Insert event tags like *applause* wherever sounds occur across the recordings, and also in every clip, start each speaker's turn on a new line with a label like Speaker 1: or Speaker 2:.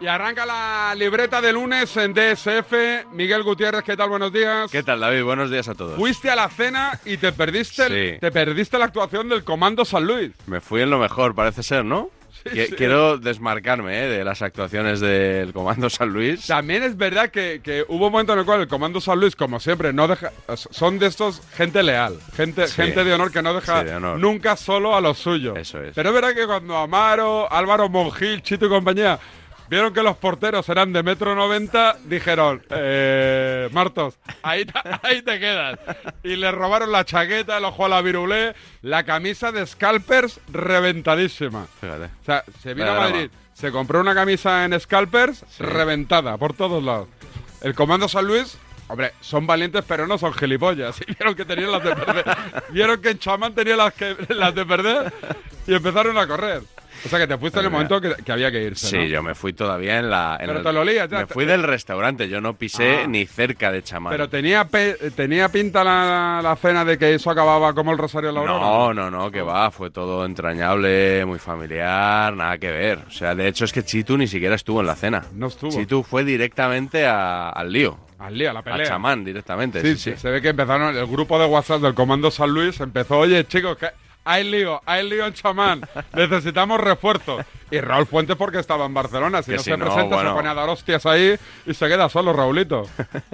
Speaker 1: Y arranca la libreta de lunes en DSF. Miguel Gutiérrez, ¿qué tal? Buenos días.
Speaker 2: ¿Qué tal, David? Buenos días a todos.
Speaker 1: Fuiste a la cena y te perdiste, el-
Speaker 2: Sí.
Speaker 1: te perdiste la actuación del Comando San Luis.
Speaker 2: Me fui en lo mejor, parece ser, ¿no? Qui-
Speaker 1: sí.
Speaker 2: Quiero desmarcarme eh, de las actuaciones del Comando San Luis.
Speaker 1: También es verdad que, que hubo un momento en el cual el Comando San Luis, como siempre, no deja, son de estos gente leal, gente,
Speaker 2: Sí.
Speaker 1: gente de honor que no deja
Speaker 2: Sí, de honor.
Speaker 1: nunca solo a los suyos.
Speaker 2: Eso es.
Speaker 1: Pero es verdad que cuando Amaro, Álvaro Mongil, Chito y compañía vieron que los porteros eran de metro 90, dijeron, eh, Martos, ahí, te- *laughs* ahí te quedas. Y le robaron la chaqueta, el ojo a la virulé, la camisa de Scalpers reventadísima.
Speaker 2: Fíjate.
Speaker 1: O sea, se vino
Speaker 2: Vaya
Speaker 1: a
Speaker 2: drama.
Speaker 1: Madrid, se compró una camisa en Scalpers, reventada por todos lados. El Comando San Luis, hombre, son valientes pero no son gilipollas. *laughs* Y vieron que tenían las de
Speaker 2: *laughs*
Speaker 1: perder. vieron que en Chamán tenía las, que- las de perder y empezaron a correr. O sea, que te fuiste en el
Speaker 2: Madre
Speaker 1: momento que, que había que irse,
Speaker 2: Sí,
Speaker 1: ¿no?
Speaker 2: yo me fui todavía en la. en
Speaker 1: Pero
Speaker 2: el-
Speaker 1: te lo lías ya,
Speaker 2: Me
Speaker 1: te-
Speaker 2: fui del restaurante, yo no pisé
Speaker 1: Ah.
Speaker 2: ni cerca de chamán.
Speaker 1: Pero tenía, pe- tenía pinta la, la cena de que eso acababa como el Rosario de la Aurora.
Speaker 2: No, no, no, que
Speaker 1: Ah.
Speaker 2: va, fue todo entrañable, muy familiar, nada que ver. O sea, de hecho es que Chitu ni siquiera estuvo en la cena.
Speaker 1: No estuvo.
Speaker 2: Chitu fue directamente a- al lío,
Speaker 1: Al lío, a la pelea.
Speaker 2: a chamán directamente.
Speaker 1: Sí,
Speaker 2: Sí,
Speaker 1: sí,
Speaker 2: sí.
Speaker 1: se ve que empezaron el grupo de WhatsApp del Comando San Luis empezó, oye chicos, que hay lío, hay lío en chamán, necesitamos refuerzos. Y Raúl Fuentes porque estaba en Barcelona, si
Speaker 2: Que
Speaker 1: no
Speaker 2: si
Speaker 1: se
Speaker 2: no,
Speaker 1: presenta se
Speaker 2: bueno.
Speaker 1: pone a dar hostias ahí y se queda solo
Speaker 2: *laughs*
Speaker 1: Raulito.
Speaker 2: *laughs*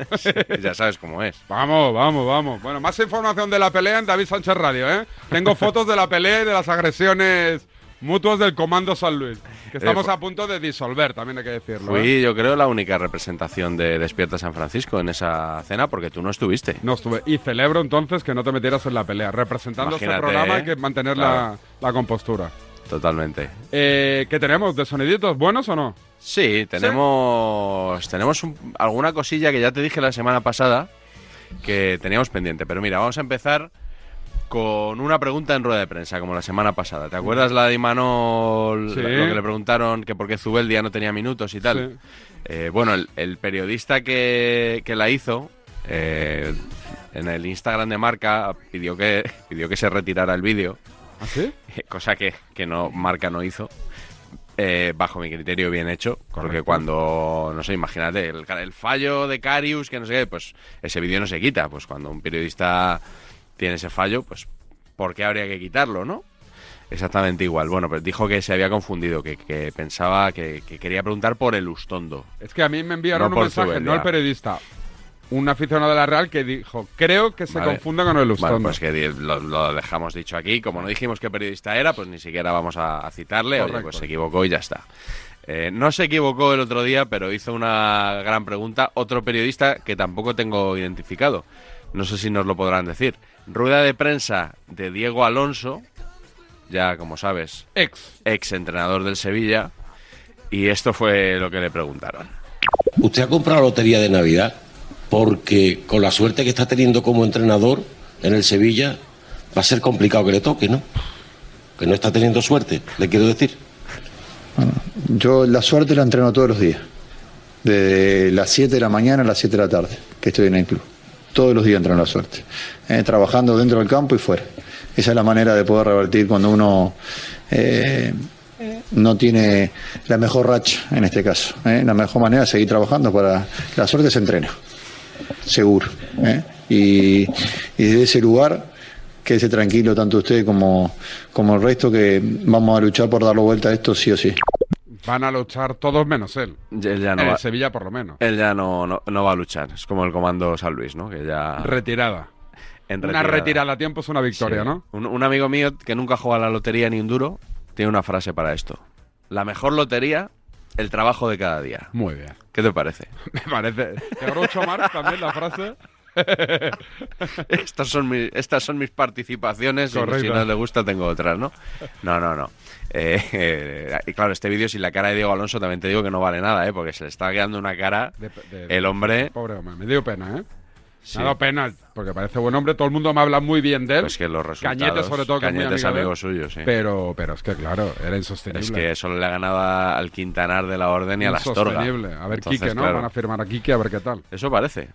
Speaker 2: ya sabes cómo es.
Speaker 1: Vamos, vamos, vamos. Bueno, más información de la pelea en David Sánchez Radio, ¿eh?
Speaker 2: *laughs*
Speaker 1: Tengo fotos de la pelea y de las agresiones mutuas del Comando San Luis, que estamos
Speaker 2: fu-
Speaker 1: a punto de disolver, también hay que decirlo. ¿eh?
Speaker 2: Eh, pues Fui, yo creo, la única representación de Despierta San Francisco en esa cena porque tú no estuviste.
Speaker 1: No estuve. Y celebro entonces que no te metieras en la pelea. Representando este
Speaker 2: Imagínate,
Speaker 1: programa
Speaker 2: ¿eh?
Speaker 1: hay que mantener
Speaker 2: Claro.
Speaker 1: la, la compostura.
Speaker 2: Totalmente.
Speaker 1: Eh, ¿Qué tenemos? ¿De soniditos buenos o no?
Speaker 2: Sí, tenemos, tenemos un- alguna cosilla que ya te dije la semana pasada que teníamos pendiente. Pero mira, vamos a empezar con una pregunta en rueda de prensa, como la semana pasada. ¿Te acuerdas la de Imanol,
Speaker 1: Sí.
Speaker 2: lo que le preguntaron que por qué Zubeldia no tenía minutos y tal? Eh, bueno, el, el periodista que, que la hizo eh, en el Instagram de Marca pidió que, *laughs* pidió que se retirara el vídeo,
Speaker 1: ¿Ah, sí?
Speaker 2: *laughs* cosa que, que no Marca no hizo. Eh, bajo mi criterio bien hecho, porque cuando, no sé, imagínate, el, el fallo de Carius, que no sé qué, pues ese vídeo no se quita, pues cuando un periodista tiene ese fallo, pues ¿por qué habría que quitarlo, no? Exactamente igual. Bueno, pero dijo que se había confundido, que, que pensaba que, que quería preguntar por el Ustondo.
Speaker 1: Es que a mí me enviaron
Speaker 2: No
Speaker 1: un
Speaker 2: por
Speaker 1: mensaje,
Speaker 2: Zubeldia.
Speaker 1: no el periodista. Un aficionado de la Real que dijo, creo que se
Speaker 2: Vale.
Speaker 1: confunda con el Lustondo.
Speaker 2: Bueno, pues que di- lo, lo dejamos dicho aquí. Como no dijimos qué periodista era, pues ni siquiera vamos a, a citarle. Oye,
Speaker 1: Correcto.
Speaker 2: pues se equivocó y ya está. Eh, no se equivocó el otro día, pero hizo una gran pregunta otro periodista que tampoco tengo identificado. No sé si nos lo podrán decir. Rueda de prensa de Diego Alonso, ya como sabes,
Speaker 1: Ex.
Speaker 2: ex entrenador del Sevilla. Y esto fue lo que le preguntaron.
Speaker 3: Usted ha comprado lotería de Navidad porque con la suerte que está teniendo como entrenador en el Sevilla va a ser complicado que le toque, ¿no? Que no está teniendo suerte, le quiero decir.
Speaker 4: Yo la suerte la entreno todos los días. Desde las 7 de la mañana a las 7 de la tarde, que estoy en el club. Todos los días entreno la suerte. eh, trabajando dentro del campo y fuera. Esa es la manera de poder revertir cuando uno eh, no tiene la mejor racha, en este caso. eh. La mejor manera es seguir trabajando para... La suerte se entrena, seguro. eh. Y, y desde ese lugar, quédese tranquilo tanto usted como, como el resto, que vamos a luchar por darle vuelta a esto sí o sí.
Speaker 1: Van a luchar todos menos él.
Speaker 2: Ya- ya no
Speaker 1: en
Speaker 2: va-
Speaker 1: el Sevilla por lo menos.
Speaker 2: Él ya no, no, no va a luchar. Es como el comando San Luis, ¿no? Que ya.
Speaker 1: Retirada.
Speaker 2: en
Speaker 1: Una retirada a tiempo es una victoria,
Speaker 2: Sí.
Speaker 1: ¿no?
Speaker 2: Un, un amigo mío que nunca juega a la lotería ni un duro tiene una frase para esto. La mejor lotería, el trabajo de cada día.
Speaker 1: Muy bien.
Speaker 2: ¿Qué te parece?
Speaker 1: *laughs* Me parece. De Groucho Marx también la frase.
Speaker 2: *laughs* Estas son, mis, estas son mis participaciones. y
Speaker 1: Correcto.
Speaker 2: Si no le gusta, tengo otras, ¿no? No, no, no. Eh, *laughs* eh, y claro, este vídeo sin la cara de Diego Alonso también te digo que no vale nada, ¿eh? Porque se le está quedando una cara.
Speaker 1: De- de-
Speaker 2: El hombre.
Speaker 1: Pobre hombre, me dio pena, ¿eh? *laughs*
Speaker 2: sí.
Speaker 1: Me ha dado pena, porque parece buen hombre, todo el mundo me habla muy bien de él.
Speaker 2: Pues que los resultados.
Speaker 1: Cañete, sobre todo, que es muy
Speaker 2: Cañete es
Speaker 1: amigo de
Speaker 2: amigo
Speaker 1: él.
Speaker 2: suyo, sí.
Speaker 1: Pero, pero es que claro, era insostenible.
Speaker 2: Es que solo le ganaba al Quintanar de la Orden y a la Astorga.
Speaker 1: Insostenible. A ver,
Speaker 2: Entonces,
Speaker 1: Quique, ¿no?
Speaker 2: claro,
Speaker 1: Van a firmar a Quique, a ver qué tal.
Speaker 2: Eso parece.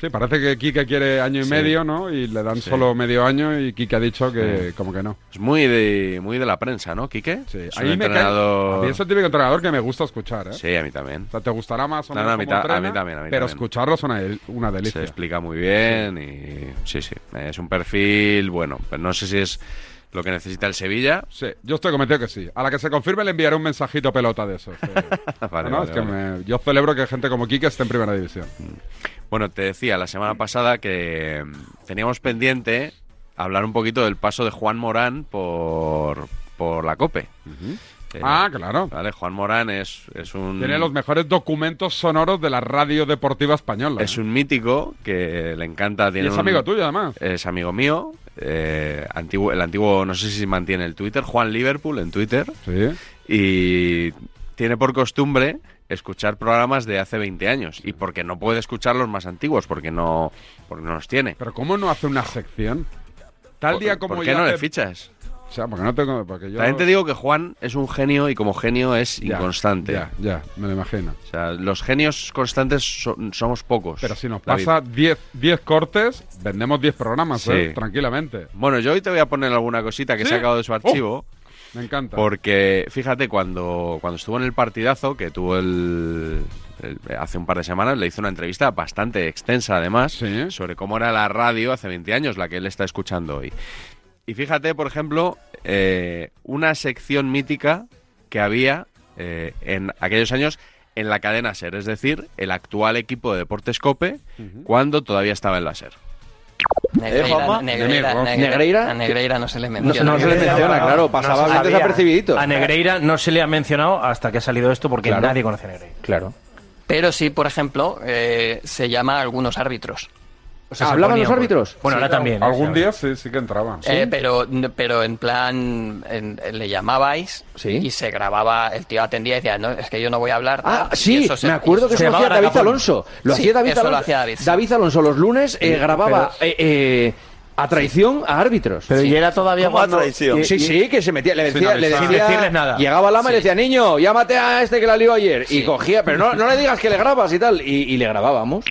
Speaker 1: Sí, parece que Kike quiere año y
Speaker 2: Sí.
Speaker 1: medio, ¿no? Y le dan
Speaker 2: Sí.
Speaker 1: solo medio año y Kike ha dicho que como que no.
Speaker 2: Es muy de, muy de la prensa, ¿no, Quique? Sí,
Speaker 1: A mí me cae- a mí es el típico entrenador que me gusta escuchar, ¿eh?
Speaker 2: Sí, a mí también.
Speaker 1: O sea, te gustará más o
Speaker 2: No, no,
Speaker 1: menos
Speaker 2: a mí
Speaker 1: cómo
Speaker 2: ta- a mí
Speaker 1: entrena,
Speaker 2: también, a mí
Speaker 1: pero
Speaker 2: también.
Speaker 1: escucharlo es una, del- una
Speaker 2: Se
Speaker 1: delicia.
Speaker 2: explica muy bien y sí, sí. Es un perfil bueno, pero no sé si es lo que necesita el Sevilla.
Speaker 1: Sí, yo estoy convencido que sí. A la que se confirme le enviaré un mensajito pelota de eso.
Speaker 2: *laughs* Vale,
Speaker 1: no,
Speaker 2: vale,
Speaker 1: es que
Speaker 2: vale.
Speaker 1: me- yo celebro que gente como Quique esté en primera división.
Speaker 2: Mm. Bueno, te decía la semana pasada que mm, teníamos pendiente hablar un poquito del paso de Juan Morán por, por la COPE. Eh,
Speaker 1: ah, claro.
Speaker 2: Vale, Juan Morán es, es un...
Speaker 1: Tiene los mejores documentos sonoros de la radio deportiva española. ¿eh?
Speaker 2: Es un mítico que le encanta.
Speaker 1: y
Speaker 2: Tiene
Speaker 1: es
Speaker 2: un-
Speaker 1: amigo tuyo, además.
Speaker 2: Es amigo mío. eh, antiguo, el antiguo, no sé si mantiene el Twitter, Juan Liverpool en Twitter.
Speaker 1: Sí.
Speaker 2: Y tiene por costumbre escuchar programas de hace 20 años. Y porque no puede escuchar los más antiguos, porque no, porque no los tiene.
Speaker 1: Pero ¿cómo no hace una sección? Tal
Speaker 2: ¿Por-
Speaker 1: día como
Speaker 2: ¿Por qué
Speaker 1: ya
Speaker 2: no
Speaker 1: hace-
Speaker 2: le fichas?
Speaker 1: O sea, porque no tengo... Porque yo...
Speaker 2: También te digo que Juan es un genio y como genio es
Speaker 1: Ya,
Speaker 2: inconstante.
Speaker 1: Ya, ya, me lo imagino.
Speaker 2: O sea, los genios constantes so- somos pocos.
Speaker 1: Pero si nos
Speaker 2: David.
Speaker 1: pasa 10 10 cortes, vendemos 10 programas,
Speaker 2: Sí.
Speaker 1: ¿eh? Tranquilamente.
Speaker 2: Bueno, yo hoy te voy a poner alguna cosita que he
Speaker 1: ¿Sí? Oh,
Speaker 2: sacado de su archivo.
Speaker 1: Me encanta.
Speaker 2: Porque fíjate, cuando, cuando estuvo en el partidazo que tuvo el, el- hace un par de semanas, le hizo una entrevista bastante extensa además
Speaker 1: Sí.
Speaker 2: sobre cómo era la radio hace 20 años, la que él está escuchando hoy. Y fíjate, por ejemplo, eh, una sección mítica que había eh, en aquellos años en la cadena SER, es decir, el actual equipo de Deportes Cope, cuando todavía estaba en la SER.
Speaker 5: ¿Eh,
Speaker 6: Negreira,
Speaker 1: Negreira,
Speaker 6: Negreira,
Speaker 5: Negreira.
Speaker 6: A Negreira no se le
Speaker 5: No,
Speaker 6: menciona.
Speaker 5: se- no se le menciona, claro, pasaba bien
Speaker 7: sabía.
Speaker 5: desapercibidito.
Speaker 7: A Negreira no se le ha mencionado hasta que ha salido esto porque
Speaker 5: Claro.
Speaker 7: nadie conoce a Negreira.
Speaker 5: Claro.
Speaker 6: Pero sí, por ejemplo, eh, se llama a algunos árbitros.
Speaker 5: O sea,
Speaker 7: se
Speaker 5: ¿Hablaban
Speaker 7: ponía
Speaker 5: los
Speaker 7: un poco.
Speaker 5: árbitros?
Speaker 7: Bueno, ahora también. ¿eh?
Speaker 1: Algún
Speaker 7: Sí,
Speaker 1: día sí, sí que entraban.
Speaker 6: Eh, pero, pero en plan, en- le llamabais
Speaker 5: Sí.
Speaker 6: y se grababa, el tío atendía y decía, no, es que yo no voy a hablar.
Speaker 5: Ah,
Speaker 6: Y
Speaker 5: sí,
Speaker 6: eso se-
Speaker 5: me acuerdo que
Speaker 7: se
Speaker 5: eso lo hacía
Speaker 7: llamaba
Speaker 5: David
Speaker 7: Ragafón.
Speaker 5: Alonso. Lo
Speaker 6: Sí,
Speaker 5: hacía David
Speaker 6: eso lo
Speaker 5: Alonso.
Speaker 6: hacía David, sí.
Speaker 5: Alonso los lunes eh, grababa eh, eh, a traición a árbitros.
Speaker 7: Pero y era todavía
Speaker 8: ¿Cómo a
Speaker 7: cuando...
Speaker 8: traición?
Speaker 7: y-
Speaker 5: Sí,
Speaker 7: y-
Speaker 5: sí, que se metía, le decía,
Speaker 1: no,
Speaker 5: le
Speaker 1: sin
Speaker 5: decía
Speaker 7: decirles nada.
Speaker 5: Llegaba Lama y le decía, niño, llámate a este que la lió ayer. Y
Speaker 6: Sí.
Speaker 5: cogía, pero no, no le digas que le grabas y tal. Y, y le grabábamos.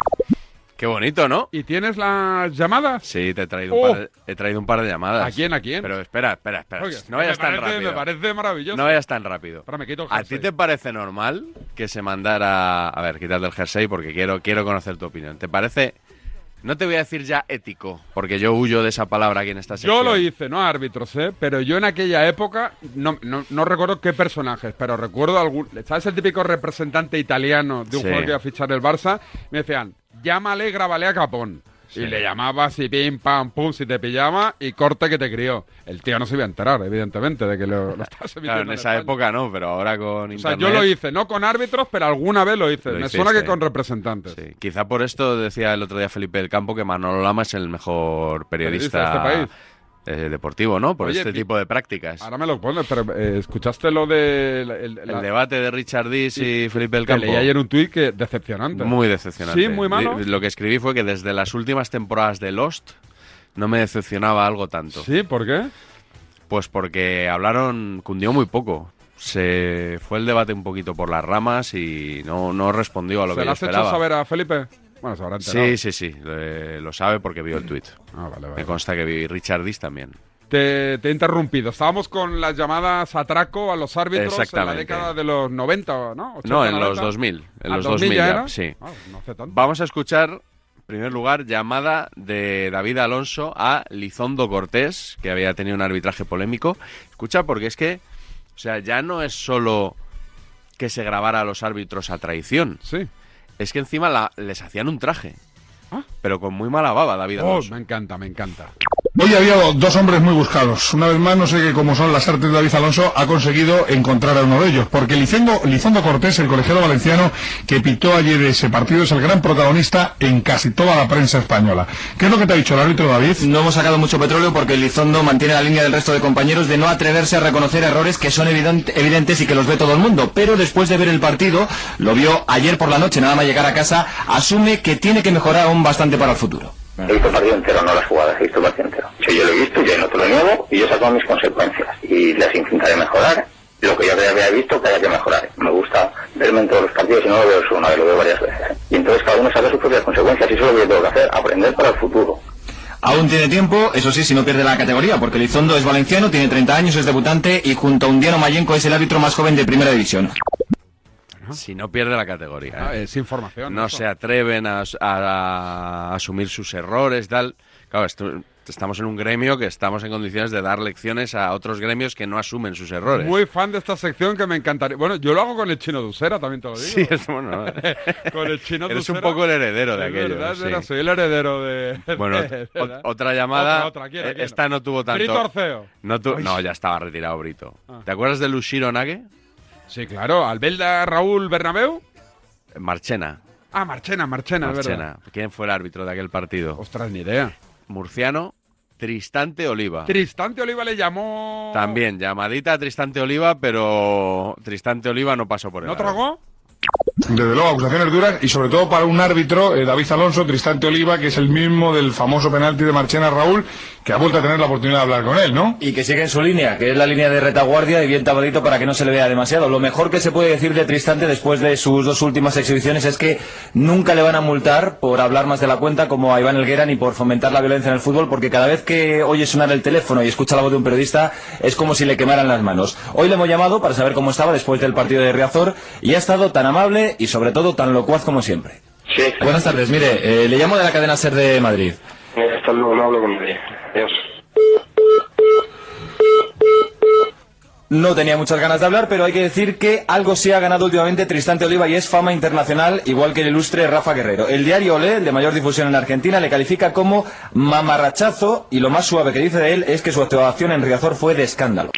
Speaker 2: Qué bonito, ¿no?
Speaker 1: ¿Y tienes las llamadas?
Speaker 2: Sí, te he traído, un,
Speaker 1: Oh.
Speaker 2: par de, he traído un par de llamadas.
Speaker 1: ¿A quién, a quién?
Speaker 2: Pero espera, espera, espera.
Speaker 1: Oye,
Speaker 2: no vayas
Speaker 1: me
Speaker 2: tan
Speaker 1: parece-
Speaker 2: rápido.
Speaker 1: Me parece maravilloso.
Speaker 2: No vayas tan rápido.
Speaker 1: Espera, me quito el
Speaker 2: ¿A
Speaker 1: jersey.
Speaker 2: ti te parece normal que se mandara... A ver, quítate el jersey porque quiero, quiero conocer tu opinión. ¿Te parece... No te voy a decir ya ético, porque yo huyo de esa palabra aquí en esta sección.
Speaker 1: Yo lo hice, no árbitros, ¿eh? Pero yo en aquella época, no, no, no recuerdo qué personajes, pero recuerdo algún... ¿Sabes el típico representante italiano de un
Speaker 2: Sí.
Speaker 1: jugador que iba a fichar el Barça? Me decían, llámale, grábale a Capón.
Speaker 2: Sí.
Speaker 1: Y le llamabas y pim, pam, pum, si te pillaba y corte que te crió. El tío no se iba a enterar, evidentemente, de que lo, lo estabas
Speaker 2: Claro,
Speaker 1: emitiendo
Speaker 2: en esa
Speaker 1: España.
Speaker 2: época no, pero ahora con
Speaker 1: O sea,
Speaker 2: internet...
Speaker 1: yo lo hice, no con árbitros, pero alguna vez lo hice.
Speaker 2: Lo
Speaker 1: Me suena
Speaker 2: hiciste.
Speaker 1: que con representantes.
Speaker 2: Sí, Quizá por esto decía el otro día Felipe del Campo que Manolo Lama es el mejor periodista,
Speaker 1: Periodista de este
Speaker 2: eh, deportivo, ¿no? Por
Speaker 1: Oye,
Speaker 2: este
Speaker 1: mi-
Speaker 2: tipo de prácticas.
Speaker 1: Ahora me lo pones, pero eh, ¿escuchaste lo de la- el,
Speaker 2: El
Speaker 1: la-
Speaker 2: debate de Richard Dis y, Felipe del
Speaker 1: que
Speaker 2: Campo.
Speaker 1: leí ayer un tuit que decepcionante.
Speaker 2: Muy decepcionante.
Speaker 1: Sí, muy malo.
Speaker 2: Di- Lo que escribí fue que desde las últimas temporadas de Lost no me decepcionaba algo tanto.
Speaker 1: Sí, ¿por qué?
Speaker 2: Pues porque hablaron, cundió muy poco. Se fue el debate un poquito por las ramas y no, no respondió a lo
Speaker 1: ¿Se
Speaker 2: que
Speaker 1: lo
Speaker 2: yo
Speaker 1: has
Speaker 2: esperaba.
Speaker 1: hecho saber a Felipe? Bueno, se habrá enterado.
Speaker 2: sí, sí, sí, eh, lo sabe porque vio el tweet.
Speaker 1: Ah, vale,
Speaker 2: Me
Speaker 1: vale.
Speaker 2: consta que vi Richard Dis también.
Speaker 1: Te, te he interrumpido. Estábamos con las llamadas atraco a los árbitros en la
Speaker 2: Exactamente.
Speaker 1: década de los 90, ¿no? 80,
Speaker 2: No, en
Speaker 1: 90.
Speaker 2: los 2000. En
Speaker 1: Ah,
Speaker 2: los
Speaker 1: 2000
Speaker 2: 2000
Speaker 1: ya
Speaker 2: ya,
Speaker 1: era.
Speaker 2: sí.
Speaker 1: Ah, no hace tanto.
Speaker 2: Vamos a escuchar, en primer lugar, llamada de David Alonso a Lizondo Cortés, que había tenido un arbitraje polémico. Escucha, porque es que, o sea, ya no es solo que se grabara a los árbitros a traición,
Speaker 1: Sí.
Speaker 2: es que encima la- les hacían un traje.
Speaker 1: Ah.
Speaker 2: Pero con muy mala baba, David
Speaker 1: Oh,
Speaker 2: Alonso.
Speaker 1: me encanta, me encanta.
Speaker 9: Hoy había do- dos hombres muy buscados. Una vez más, no sé qué como son las artes de David Alonso, ha conseguido encontrar a uno de ellos. Porque Lizondo, Lizondo Cortés, el colegiado valenciano que pitó ayer ese partido, es el gran protagonista en casi toda la prensa española. ¿Qué es lo que te ha dicho el árbitro David?
Speaker 10: No hemos sacado mucho petróleo porque Lizondo mantiene la línea del resto de compañeros de no atreverse a reconocer errores que son evident- evidentes y que los ve todo el mundo. Pero después de ver el partido, lo vio ayer por la noche, nada más llegar a casa, asume que tiene que mejorar aún bastante para el futuro.
Speaker 11: He visto el partido entero, no las jugadas, he visto el partido entero. Yo, yo lo he visto, yo no te lo niego y yo he sacado mis consecuencias y las intentaré mejorar. Lo que yo había visto que haya que mejorar. Me gusta verme en todos los partidos y no lo veo solo una vez, lo veo varias veces. ¿eh? Y entonces cada uno saca sus propias consecuencias. Y eso es lo que yo tengo que hacer, aprender para el futuro.
Speaker 10: Aún tiene tiempo, eso sí, si no pierde la categoría, porque Elizondo es valenciano, tiene 30 años, es debutante y junto a Undiano Mayenco es el árbitro más joven de primera división.
Speaker 2: Si no pierde la categoría. ¿eh?
Speaker 1: Ah, es información.
Speaker 2: no
Speaker 1: eso.
Speaker 2: se atreven a, as- a- a asumir sus errores, tal. Claro, esto- estamos en un gremio que estamos en condiciones de dar lecciones a otros gremios que no asumen sus errores.
Speaker 1: Muy fan de esta sección que me encantaría. Bueno, yo lo hago con el chino Dusera, también te lo digo.
Speaker 2: Sí, es bueno. ¿eh?
Speaker 1: *laughs* con el
Speaker 2: *laughs*
Speaker 1: chino
Speaker 2: Eres un
Speaker 1: Dusera.
Speaker 2: poco el heredero de
Speaker 1: Es
Speaker 2: aquello,
Speaker 1: verdad,
Speaker 2: sí.
Speaker 1: *laughs* era- soy el heredero de. *laughs*
Speaker 2: Bueno,
Speaker 1: de- de-
Speaker 2: ot-
Speaker 1: de-
Speaker 2: otra llamada.
Speaker 1: Otra, otra, quiero,
Speaker 2: Eh,
Speaker 1: quiero.
Speaker 2: Esta no tuvo tanto.
Speaker 1: Brito Arceo.
Speaker 2: No, tu-
Speaker 1: Ay.
Speaker 2: no, ya estaba retirado Brito.
Speaker 1: Ah.
Speaker 2: ¿Te acuerdas de Lushiro Nage?
Speaker 1: Sí, claro. Albelda Raúl Bernabeu.
Speaker 2: Eh, Marchena.
Speaker 1: Ah, Marchena, Marchena, es verdad.
Speaker 2: Marchena. Pues ¿Quién fue el árbitro de aquel partido?
Speaker 1: Ostras, ni idea.
Speaker 2: Murciano, Tristante Oliva.
Speaker 1: Tristante Oliva le llamó.
Speaker 2: También, llamadita a Tristante Oliva, pero Tristante Oliva no pasó por el
Speaker 1: ¿No
Speaker 2: aro.
Speaker 1: tragó?
Speaker 9: Desde luego, acusaciones duras y sobre todo para un árbitro, eh, David Alonso, Tristante Oliva, que es el mismo del famoso penalti de Marchena Raúl, que ha vuelto a tener la oportunidad de hablar con él, ¿no?
Speaker 10: Y que sigue en su línea, que es la línea de retaguardia y bien tapadito para que no se le vea demasiado. Lo mejor que se puede decir de Tristante después de sus dos últimas exhibiciones es que nunca le van a multar por hablar más de la cuenta como a Iván Elguera ni por fomentar la violencia en el fútbol, porque cada vez que oye sonar el teléfono y escucha la voz de un periodista es como si le quemaran las manos. Hoy le hemos llamado para saber cómo estaba después del partido de Riazor y ha estado tan amable y sobre todo tan locuaz como siempre. Buenas tardes, mire, eh, le llamo de la cadena Ser de Madrid.
Speaker 11: Hasta luego, no hablo con nadie. Adiós.
Speaker 10: No tenía muchas ganas de hablar, pero hay que decir que algo sí ha ganado últimamente Tristante Oliva y es fama internacional, igual que el ilustre Rafa Guerrero. El diario Olé, el de mayor difusión en Argentina, le califica como mamarrachazo y lo más suave que dice de él es que su actuación en Riazor fue de escándalo.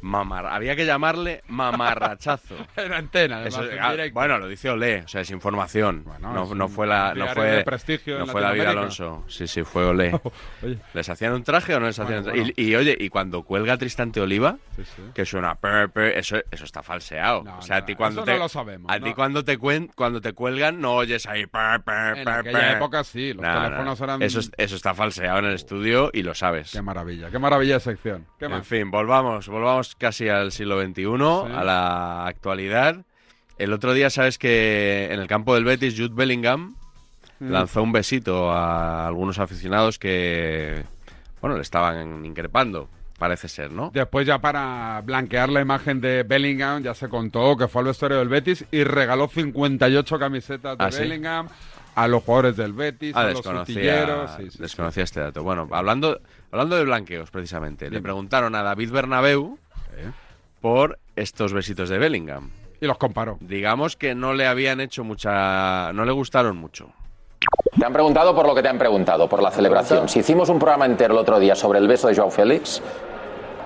Speaker 2: Mamar- había que llamarle
Speaker 1: *laughs*
Speaker 2: mamarrachazo.
Speaker 1: En antena, además,
Speaker 2: Eso-
Speaker 1: en
Speaker 2: ah,
Speaker 1: directo.
Speaker 2: bueno, lo dice Olé, o sea, es información. no,
Speaker 1: es
Speaker 2: no
Speaker 1: un
Speaker 2: fue la, no
Speaker 1: diario
Speaker 2: fue,
Speaker 1: de prestigio
Speaker 2: no
Speaker 1: en
Speaker 2: fue David
Speaker 1: Latinoamérica.
Speaker 2: Alonso. Sí, sí, fue Olé.
Speaker 1: Oye.
Speaker 2: ¿Les hacían un traje o no les hacían
Speaker 1: Bueno,
Speaker 2: un traje? Y, y, oye, y cuando cuelga Tristante Oliva,
Speaker 1: Sí, sí.
Speaker 2: que suena per, per, eso, eso está falseado.
Speaker 1: No,
Speaker 2: o sea, a ti
Speaker 1: no,
Speaker 2: cuando
Speaker 1: eso
Speaker 2: te
Speaker 1: no lo sabemos,
Speaker 2: a
Speaker 1: no.
Speaker 2: ti cuando te cuen, cuando te cuelgan no oyes ahí per, per,
Speaker 1: En
Speaker 2: per,
Speaker 1: aquella
Speaker 2: per.
Speaker 1: época sí, los
Speaker 2: No, no,
Speaker 1: teléfonos
Speaker 2: no.
Speaker 1: eran-
Speaker 2: Eso, es- eso está falseado en el estudio y lo sabes.
Speaker 1: Qué maravilla, qué maravilla de sección. ¿Qué
Speaker 2: En
Speaker 1: más?
Speaker 2: fin, volvamos, volvamos casi al siglo XXI, a la actualidad. El otro día, sabes que en el campo del Betis, Jude Bellingham
Speaker 1: Mm.
Speaker 2: lanzó un besito a algunos aficionados que, bueno, le estaban increpando, parece ser, ¿no?
Speaker 1: Después ya para blanquear la imagen de Bellingham, ya se contó que fue al vestuario del Betis y regaló 58 camisetas de
Speaker 2: ¿Ah, sí?
Speaker 1: Bellingham a los jugadores del Betis,
Speaker 2: Ah,
Speaker 1: a los
Speaker 2: desconocía,
Speaker 1: sutilleros. Sí, sí, sí.
Speaker 2: desconocía este dato. Bueno, hablando, hablando de blanqueos, precisamente, le preguntaron a David Bernabeu
Speaker 1: Sí.
Speaker 2: por estos besitos de Bellingham.
Speaker 1: Y los comparó.
Speaker 2: Digamos que no le habían hecho mucha... no le gustaron mucho.
Speaker 8: Te han preguntado por lo que te han preguntado, por la celebración. Si hicimos un programa entero el otro día sobre el beso de Joao Félix,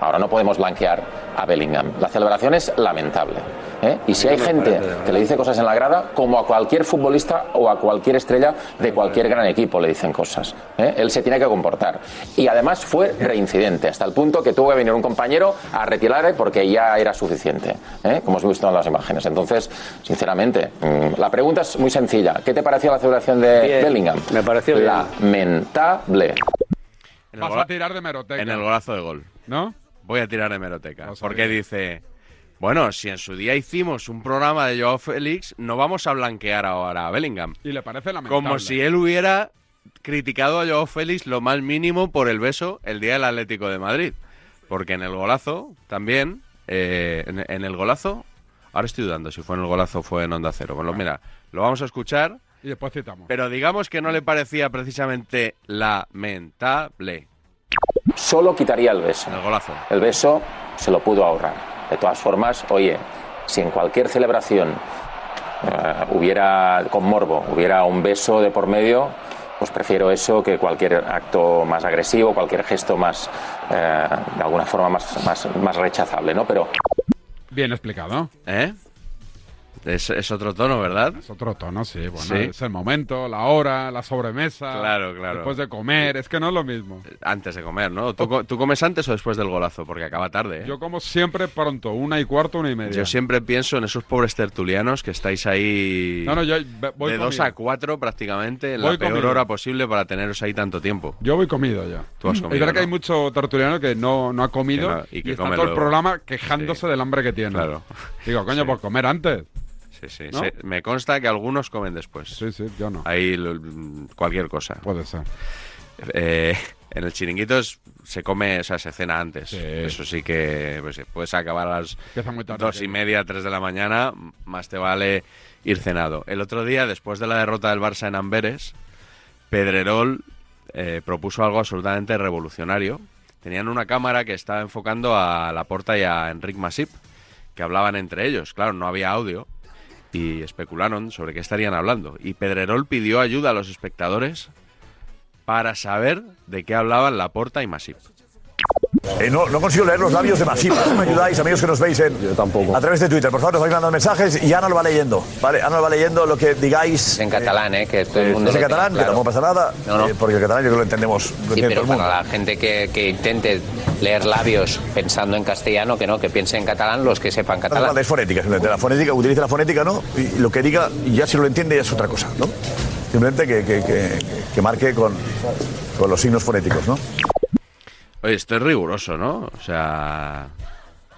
Speaker 8: ahora no podemos blanquear a Bellingham. La celebración es lamentable. ¿eh? Y si hay gente que le dice cosas en la grada, como a cualquier futbolista o a cualquier estrella de cualquier gran equipo le dicen cosas. ¿eh? Él se tiene que comportar. Y además fue reincidente, hasta el punto que tuvo que venir un compañero a retirarle porque ya era suficiente, ¿eh? como os he visto en las imágenes. Entonces, sinceramente, mm, la pregunta es muy sencilla. ¿Qué te pareció la celebración de
Speaker 12: Bien.
Speaker 8: Bellingham? Me pareció
Speaker 12: bien.
Speaker 8: lamentable.
Speaker 2: En el
Speaker 1: Vas
Speaker 2: gola-
Speaker 1: a tirar de meroteca.
Speaker 2: En el golazo de gol.
Speaker 1: ¿No?
Speaker 2: Voy a tirar de meroteca.
Speaker 1: No sabía.
Speaker 2: porque dice, bueno, si en su día hicimos un programa de Joao Félix, no vamos a blanquear ahora a Bellingham.
Speaker 1: Y le parece lamentable.
Speaker 2: Como si él hubiera criticado a Joao Félix lo más mínimo por el beso el día del Atlético de Madrid. Porque en el golazo también, eh, en, en el golazo, ahora estoy dudando si fue en el golazo o fue en Onda Cero. Bueno, mira, lo vamos a escuchar,
Speaker 1: Y después citamos.
Speaker 2: pero digamos que no le parecía precisamente lamentable
Speaker 8: Solo quitaría el beso.
Speaker 2: el golazo.
Speaker 8: El beso se lo pudo ahorrar. De todas formas, oye, si en cualquier celebración eh, hubiera, con morbo, hubiera un beso de por medio, pues prefiero eso que cualquier acto más agresivo, cualquier gesto más, eh, de alguna forma, más, más, más rechazable, ¿no? Pero
Speaker 1: Bien explicado.
Speaker 2: ¿Eh? Es, es otro tono, ¿verdad?
Speaker 1: Es otro tono, sí. Bueno,
Speaker 2: Sí.
Speaker 1: es el momento, la hora, la sobremesa.
Speaker 2: Claro, claro.
Speaker 1: Después de comer, es que no es lo mismo.
Speaker 2: Antes de comer, ¿no? ¿Tú, co- tú comes antes o después del golazo? Porque acaba tarde. ¿eh?
Speaker 1: Yo como siempre pronto, una y cuarto, una y media.
Speaker 2: Yo siempre pienso en esos pobres tertulianos que estáis ahí
Speaker 1: No, no, yo ve- voy
Speaker 2: de
Speaker 1: comido.
Speaker 2: 2 a 4 prácticamente en la
Speaker 1: Voy
Speaker 2: peor
Speaker 1: comido.
Speaker 2: hora posible para teneros ahí tanto tiempo.
Speaker 1: Yo voy comido ya.
Speaker 2: Tú has
Speaker 1: Es
Speaker 2: comido,
Speaker 1: verdad que
Speaker 2: ¿no?
Speaker 1: hay mucho tertuliano que no, no ha comido
Speaker 2: Que no, y
Speaker 1: y,
Speaker 2: que
Speaker 1: está
Speaker 2: come
Speaker 1: todo el
Speaker 2: luego.
Speaker 1: programa quejándose del hambre que tiene.
Speaker 2: Claro.
Speaker 1: Digo, coño, por comer antes.
Speaker 2: Sí, sí, sí.
Speaker 1: ¿No?
Speaker 2: Se- me consta que algunos comen después. Sí,
Speaker 1: sí, yo no.
Speaker 2: Ahí lo- mm, cualquier cosa.
Speaker 1: Puede ser.
Speaker 2: Eh, en el chiringuito es- se come, o sea, se cena antes. Eso sí que pues, sí, puedes acabar a las
Speaker 1: Empieza muy tarde.
Speaker 2: dos y media, tres de la mañana, más te vale ir cenado. El otro día, después de la derrota del Barça en Amberes, Pedrerol eh, propuso algo absolutamente revolucionario. Tenían una cámara que estaba enfocando a Laporta y a Enric Masip, que hablaban entre ellos. Claro, no había audio y especularon sobre qué estarían hablando. Y Pedrerol pidió ayuda a los espectadores para saber de qué hablaban Laporta y Masip.
Speaker 12: Eh, no, no consigo leer los labios de Masip. ¿Me ayudáis, amigos que nos veis en, a través de Twitter? Por favor, nos vais mandando mensajes y Ana lo va leyendo. ¿vale? Ana lo va leyendo lo que digáis. En
Speaker 8: catalán, ¿eh? Que todo el
Speaker 12: Eh,
Speaker 8: mundo
Speaker 12: no sé
Speaker 8: lo tenga
Speaker 12: catalán,
Speaker 8: claro.
Speaker 12: que tampoco pasa nada,
Speaker 8: No, no.
Speaker 12: eh, porque el catalán yo creo que lo entendemos. lo
Speaker 8: Sí,
Speaker 12: entiende
Speaker 8: pero
Speaker 12: todo el mundo.
Speaker 8: para la gente que, Eh, que intente leer labios pensando en castellano, que no, que piense en catalán los que sepan
Speaker 12: No hace
Speaker 8: catalán.
Speaker 12: falta, es fonética, simplemente. La fonética, utiliza la fonética, ¿no? Y lo que diga, ya si lo entiende, ya es otra cosa, ¿no? Simplemente que, que- que- que marque con, con los signos fonéticos, ¿no?
Speaker 2: Oye, esto es riguroso, ¿no? O sea,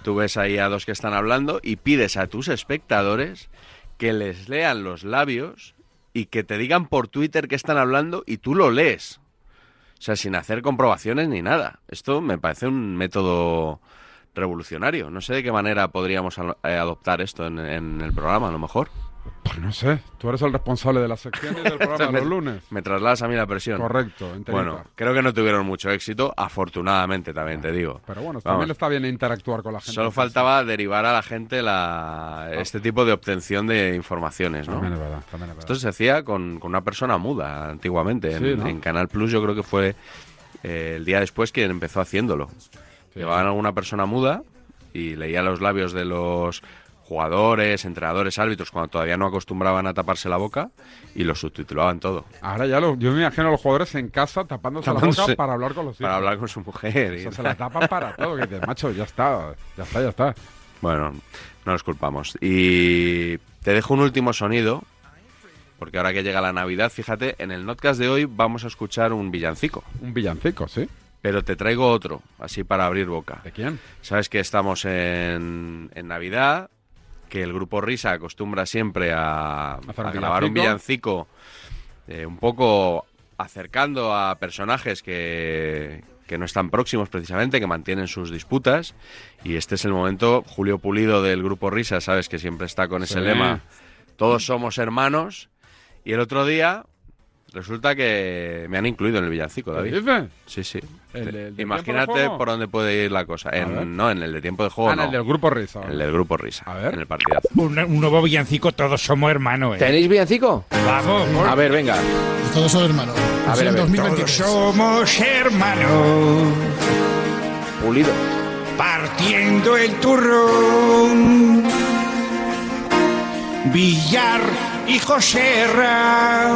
Speaker 2: tú ves ahí a dos que están hablando y pides a tus espectadores que les lean los labios y que te digan por Twitter que están hablando y tú lo lees. O sea, sin hacer comprobaciones ni nada. Esto me parece un método revolucionario. No sé de qué manera podríamos al- eh, adoptar esto en, en el programa, a lo mejor.
Speaker 1: Pues no sé, tú eres el responsable de la sección y
Speaker 2: *laughs*
Speaker 1: del programa
Speaker 2: me,
Speaker 1: los lunes.
Speaker 2: me trasladas a mí la presión.
Speaker 1: Correcto, enterita.
Speaker 2: Bueno, creo que no tuvieron mucho éxito, afortunadamente también te digo.
Speaker 1: Ah, Pero bueno,
Speaker 2: Vamos.
Speaker 1: también está bien interactuar con la gente.
Speaker 2: Solo faltaba derivar a la gente la, este tipo de obtención de informaciones, ¿no?
Speaker 1: También es verdad, también es verdad.
Speaker 2: Esto se hacía con, con una persona muda antiguamente. En,
Speaker 1: Sí, ¿no?
Speaker 2: en Canal Plus yo creo que fue eh, el día después quien empezó haciéndolo. Llevaban a una persona muda y leía los labios de los jugadores, entrenadores, árbitros, cuando todavía no acostumbraban a taparse la boca y lo subtitulaban todo.
Speaker 1: Ahora ya lo, yo me imagino a los jugadores en casa tapándose, la boca
Speaker 2: Tapándose.
Speaker 1: para hablar con los hijos.
Speaker 2: Para hablar con su mujer. y *laughs*
Speaker 1: O sea, se
Speaker 2: tal.
Speaker 1: la tapan para todo, que dices, macho, ya está, ya está, ya está.
Speaker 2: Bueno, no nos culpamos. Y te dejo un último sonido, porque ahora que llega la Navidad, fíjate, en el notcast de hoy vamos a escuchar un villancico.
Speaker 1: Un villancico, sí.
Speaker 2: Pero te traigo otro, así para abrir boca. ¿De
Speaker 1: quién?
Speaker 2: Sabes que estamos en, en Navidad, que el grupo Risa acostumbra siempre a,
Speaker 1: Hacer un
Speaker 2: a grabar un
Speaker 1: villancico.
Speaker 2: villancico eh, un poco acercando a personajes que, que no están próximos precisamente, que mantienen sus disputas. Y este es el momento, Julio Pulido del grupo Risa, sabes que siempre está con ese
Speaker 1: Sí.
Speaker 2: lema, todos somos hermanos. Y el otro día resulta que me han incluido en el villancico,
Speaker 1: ¿Qué
Speaker 2: David.
Speaker 1: dices?
Speaker 2: Sí, sí.
Speaker 1: ¿El de- el de tiempo de
Speaker 2: Imagínate
Speaker 1: juego?
Speaker 2: por dónde puede ir la cosa. En-
Speaker 1: ver.
Speaker 2: no, en el de tiempo de juego.
Speaker 1: Ah, en
Speaker 2: no.
Speaker 1: el del grupo Risa.
Speaker 2: En el del grupo Risa. En el partidazo.
Speaker 13: Un, un nuevo villancico, todos somos hermanos. ¿eh?
Speaker 5: ¿Tenéis villancico?
Speaker 13: Vamos.
Speaker 5: A ver, venga.
Speaker 13: Todos somos hermanos.
Speaker 5: A ver, a ver.
Speaker 13: Todos somos hermanos.
Speaker 5: Pulido.
Speaker 13: Partiendo el turrón. Villar y José Ra.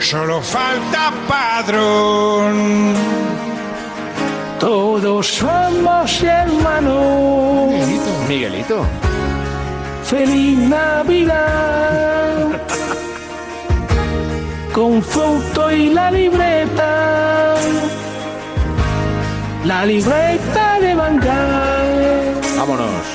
Speaker 13: Solo falta padrón.
Speaker 14: Todos somos hermanos.
Speaker 5: Miguelito.
Speaker 14: Feliz Navidad. Con fruto y la libreta. La libreta de Bangal.
Speaker 2: Vámonos.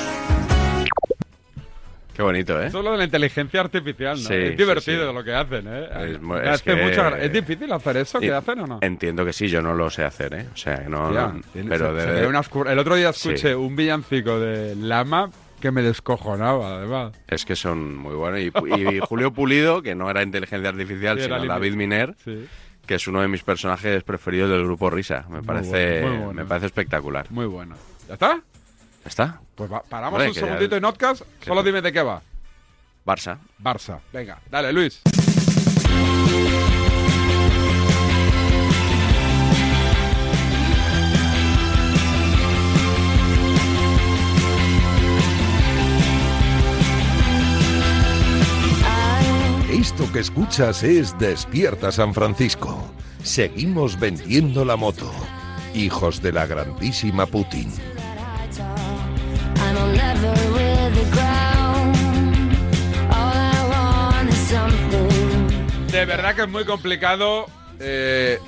Speaker 2: Qué bonito, ¿eh?
Speaker 1: Eso es lo de la inteligencia artificial, ¿no?
Speaker 2: Sí,
Speaker 1: es
Speaker 2: sí,
Speaker 1: divertido lo que hacen, ¿eh?
Speaker 2: Es mu-
Speaker 1: Me
Speaker 2: es
Speaker 1: hace
Speaker 2: que-
Speaker 1: mucha gra- ¿Es difícil hacer eso
Speaker 2: Y-
Speaker 1: que hacen o no?
Speaker 2: Entiendo que sí, yo no lo sé hacer, ¿eh? O sea, que no.
Speaker 1: Hostia,
Speaker 2: no-
Speaker 1: tiene-
Speaker 2: pero
Speaker 1: se-
Speaker 2: debe
Speaker 1: se
Speaker 2: de-
Speaker 1: ve una oscur- El otro día
Speaker 2: Sí.
Speaker 1: escuché un villancico de Lama que me descojonaba, además.
Speaker 2: Es que son muy buenos. Y, y Julio Pulido, que no era inteligencia artificial,
Speaker 1: *laughs* Sí, era
Speaker 2: sino
Speaker 1: limpio.
Speaker 2: David Miner,
Speaker 1: Sí.
Speaker 2: que es uno de mis personajes preferidos del grupo Risa. Me parece,
Speaker 1: bueno, muy bueno.
Speaker 2: Me parece espectacular.
Speaker 1: Muy bueno. ¿Ya está?
Speaker 2: ¿Ya ¿Está?
Speaker 1: Pues va- paramos
Speaker 2: Hombre,
Speaker 1: un
Speaker 2: que ya-
Speaker 1: segundito en Notcast. Solo dime de qué va.
Speaker 2: Barça.
Speaker 1: Barça. Venga, dale, Luis.
Speaker 15: Esto que escuchas es Despierta San Francisco. Seguimos vendiendo la moto. Hijos de la grandísima Putin.
Speaker 16: I'm a leather with the ground. All I want is something.
Speaker 1: De verdad que es muy complicado eh,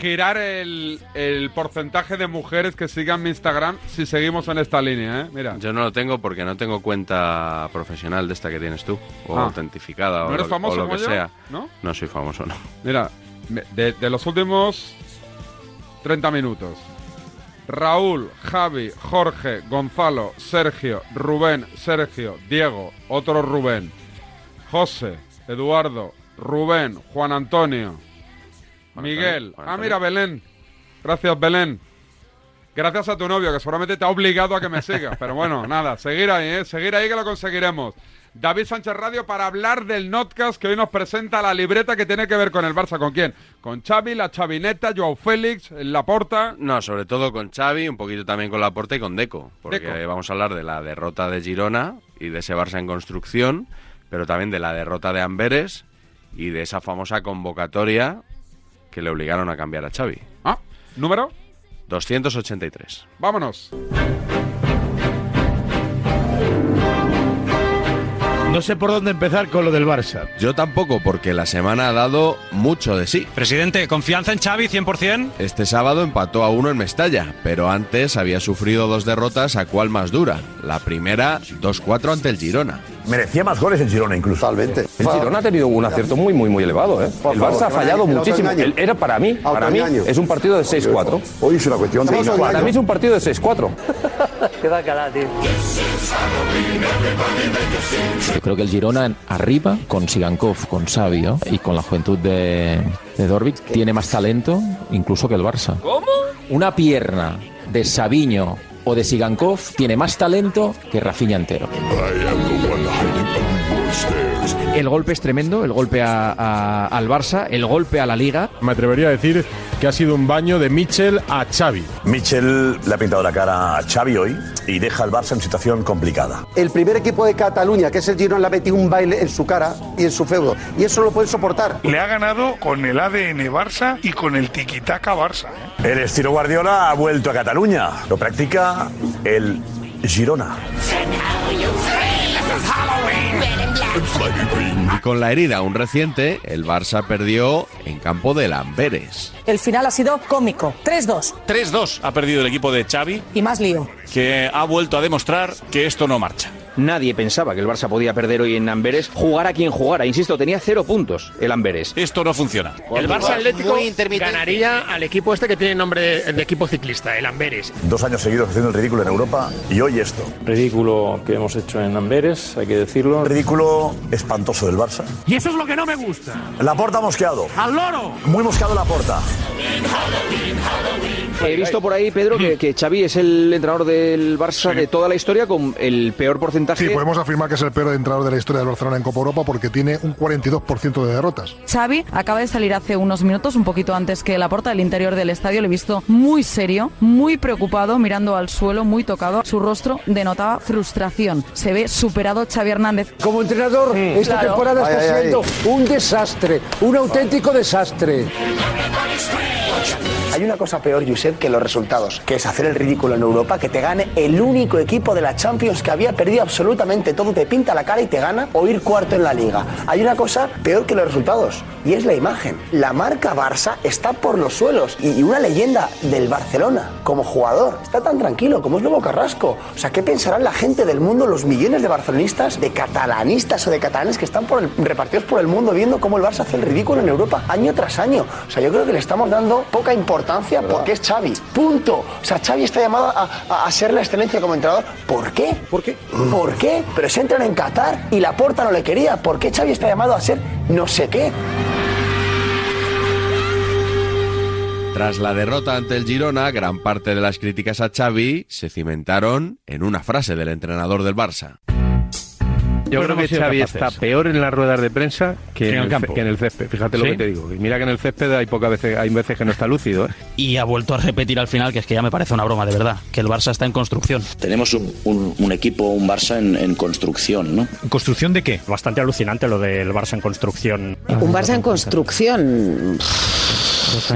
Speaker 1: girar el, el porcentaje de mujeres que sigan mi Instagram si seguimos en esta línea, ¿eh? Mira.
Speaker 2: Yo no lo tengo porque no tengo cuenta profesional de esta que tienes tú, o
Speaker 1: Ah.
Speaker 2: autentificada,
Speaker 1: ¿No
Speaker 2: o,
Speaker 1: eres
Speaker 2: lo,
Speaker 1: famoso
Speaker 2: o lo
Speaker 1: como
Speaker 2: que
Speaker 1: yo?
Speaker 2: sea.
Speaker 1: ¿No?
Speaker 2: No soy famoso, no.
Speaker 1: Mira, me- de, de los últimos 30 minutos. Raúl, Javi, Jorge, Gonzalo, Sergio, Rubén, Sergio, Diego, otro Rubén, José, Eduardo, Rubén, Juan Antonio, Miguel.
Speaker 2: Juan
Speaker 1: Ah,
Speaker 2: Antonio.
Speaker 1: mira, Belén. Gracias, Belén. Gracias a tu novio, que seguramente te ha obligado a que me sigas. Pero bueno, nada, seguir ahí, ¿eh? Seguir ahí que lo conseguiremos. David Sánchez Radio para hablar del Notcast que hoy nos presenta la libreta que tiene que ver con el Barça. ¿Con quién? Con Xavi, la Chavineta, Joao Félix, Laporta.
Speaker 2: No, sobre todo con Xavi, un poquito también con Laporta y con Deco, porque
Speaker 1: Deco.
Speaker 2: vamos a hablar de la derrota de Girona y de ese Barça en construcción, pero también de la derrota de Amberes y de esa famosa convocatoria que le obligaron a cambiar a Xavi.
Speaker 1: Ah, ¿número?
Speaker 2: 283.
Speaker 1: Vámonos.
Speaker 17: No sé por dónde empezar con lo del Barça.
Speaker 2: Yo tampoco, porque la semana ha dado mucho de sí.
Speaker 15: Presidente, ¿confianza en Xavi 100%?
Speaker 2: Este sábado empató a uno en Mestalla, pero antes había sufrido dos derrotas a cual más dura. La primera, 2-4 ante el Girona.
Speaker 16: Merecía más goles en Girona incluso. Totalmente.
Speaker 5: El Girona ha tenido un acierto muy, muy, muy elevado. ¿eh?
Speaker 16: Por
Speaker 5: El
Speaker 16: favor,
Speaker 5: Barça ha fallado
Speaker 16: el
Speaker 5: muchísimo.
Speaker 16: autoengaño.
Speaker 5: El- era para mí, para mí,
Speaker 16: Autoengaño.
Speaker 5: es un partido de 6-4.
Speaker 16: Hoy es una cuestión de
Speaker 5: Para mí es un partido de 6-4.
Speaker 18: *laughs* Qué bacalá, tío.
Speaker 8: Yo creo que el Girona en- arriba, con Sigankov, con Xavi ¿no? y con la juventud de, de Dorbic, tiene más talento incluso que el Barça. ¿Cómo? Una pierna de Sabiño o de Sigankov tiene más talento que Rafinha entero.
Speaker 14: El golpe es tremendo, el golpe a- a- al Barça, el golpe a la Liga.
Speaker 17: Me atrevería a decir que ha sido un baño de Mitchell a Xavi.
Speaker 16: Michel le ha pintado la cara a Xavi hoy y deja al Barça en situación complicada.
Speaker 7: El primer equipo de Cataluña, que es el Girona, le ha metido un baile en su cara y en su feudo. Y eso lo pueden soportar.
Speaker 19: Le ha ganado con el ADN Barça y con el tiquitaca Barça. ¿eh?
Speaker 16: El estilo Guardiola ha vuelto a Cataluña. Lo practica el Girona.
Speaker 2: Y con la herida aún reciente, el Barça perdió en campo del Amberes.
Speaker 20: El final ha sido cómico. 3-2
Speaker 15: 3-2 ha perdido el equipo de Xavi,
Speaker 20: y más lío.
Speaker 15: que ha vuelto a demostrar que esto no marcha.
Speaker 5: Nadie pensaba que el Barça podía perder hoy en Amberes. Jugar a quien jugara, insisto, tenía cero puntos el Amberes.
Speaker 15: Esto no funciona.
Speaker 21: El Barça Atlético ganaría al equipo este que tiene nombre de, de equipo ciclista, el Amberes.
Speaker 16: Dos años seguidos haciendo el ridículo en Europa y hoy esto.
Speaker 22: Ridículo que hemos hecho en Amberes, hay que decirlo.
Speaker 16: Ridículo espantoso del Barça.
Speaker 21: Y eso es lo que no me gusta.
Speaker 16: La porta mosqueado.
Speaker 21: ¡Al loro!
Speaker 16: Muy mosqueado la porta.
Speaker 5: He visto por ahí, Pedro, que, que Xavi es el entrenador del Barça de toda la historia con el peor porcentaje.
Speaker 9: Sí, podemos afirmar que es el peor entrenador de la historia del Barcelona en Copa Europa porque tiene un 42% de derrotas.
Speaker 23: Xavi acaba de salir hace unos minutos, un poquito antes que la puerta del interior del estadio. Le he visto muy serio, muy preocupado, mirando al suelo, muy tocado. Su rostro denotaba frustración. Se ve superado Xavi Hernández.
Speaker 7: Como entrenador, esta
Speaker 22: Claro.
Speaker 7: temporada está
Speaker 22: Ay, ay,
Speaker 7: siendo un desastre, un auténtico desastre.
Speaker 24: Hay una cosa peor, Josep, que los resultados, que es hacer el ridículo en Europa, que te gane el único equipo de la Champions que había perdido absolutamente todo, te pinta la cara y te gana, o ir cuarto en la liga. Hay una cosa peor que los resultados, y es la imagen. La marca Barça está por los suelos, y y una leyenda del Barcelona, como jugador, está tan tranquilo como es Lobo Carrasco. O sea, ¿qué pensarán la gente del mundo, los millones de barcelonistas, de catalanistas o de catalanes que están por el- repartidos por el mundo viendo cómo el Barça hace el ridículo en Europa año tras año? O sea, yo creo que le estamos dando poca importancia porque es Xavi. Punto. O sea, Xavi está llamado a, a- a ser la excelencia como entrenador. ¿Por qué? ¿Por qué? ¿Por qué? Pero se entran en Qatar y la porta no le quería. ¿Por qué Xavi está llamado a ser no sé qué?
Speaker 2: Tras la derrota ante el Girona, gran parte de las críticas a Xavi se cimentaron en una frase del entrenador del Barça.
Speaker 17: Yo creo que Xavi está peor en las ruedas de prensa que,
Speaker 2: Que
Speaker 17: en,
Speaker 2: en el
Speaker 17: el
Speaker 2: campo.
Speaker 17: ce- que en el césped. Fíjate lo
Speaker 2: ¿Sí?
Speaker 17: que te digo. Y Mira que en el césped hay pocas veces, hay veces que no está lúcido. ¿eh?
Speaker 15: Y ha vuelto a repetir al final, que es que ya me parece una broma, de verdad, que el Barça está en construcción.
Speaker 25: Tenemos un, un- un equipo, un Barça en, en construcción, ¿no?
Speaker 21: ¿Construcción de qué? Bastante alucinante lo del Barça en construcción.
Speaker 26: Un Barça en construcción.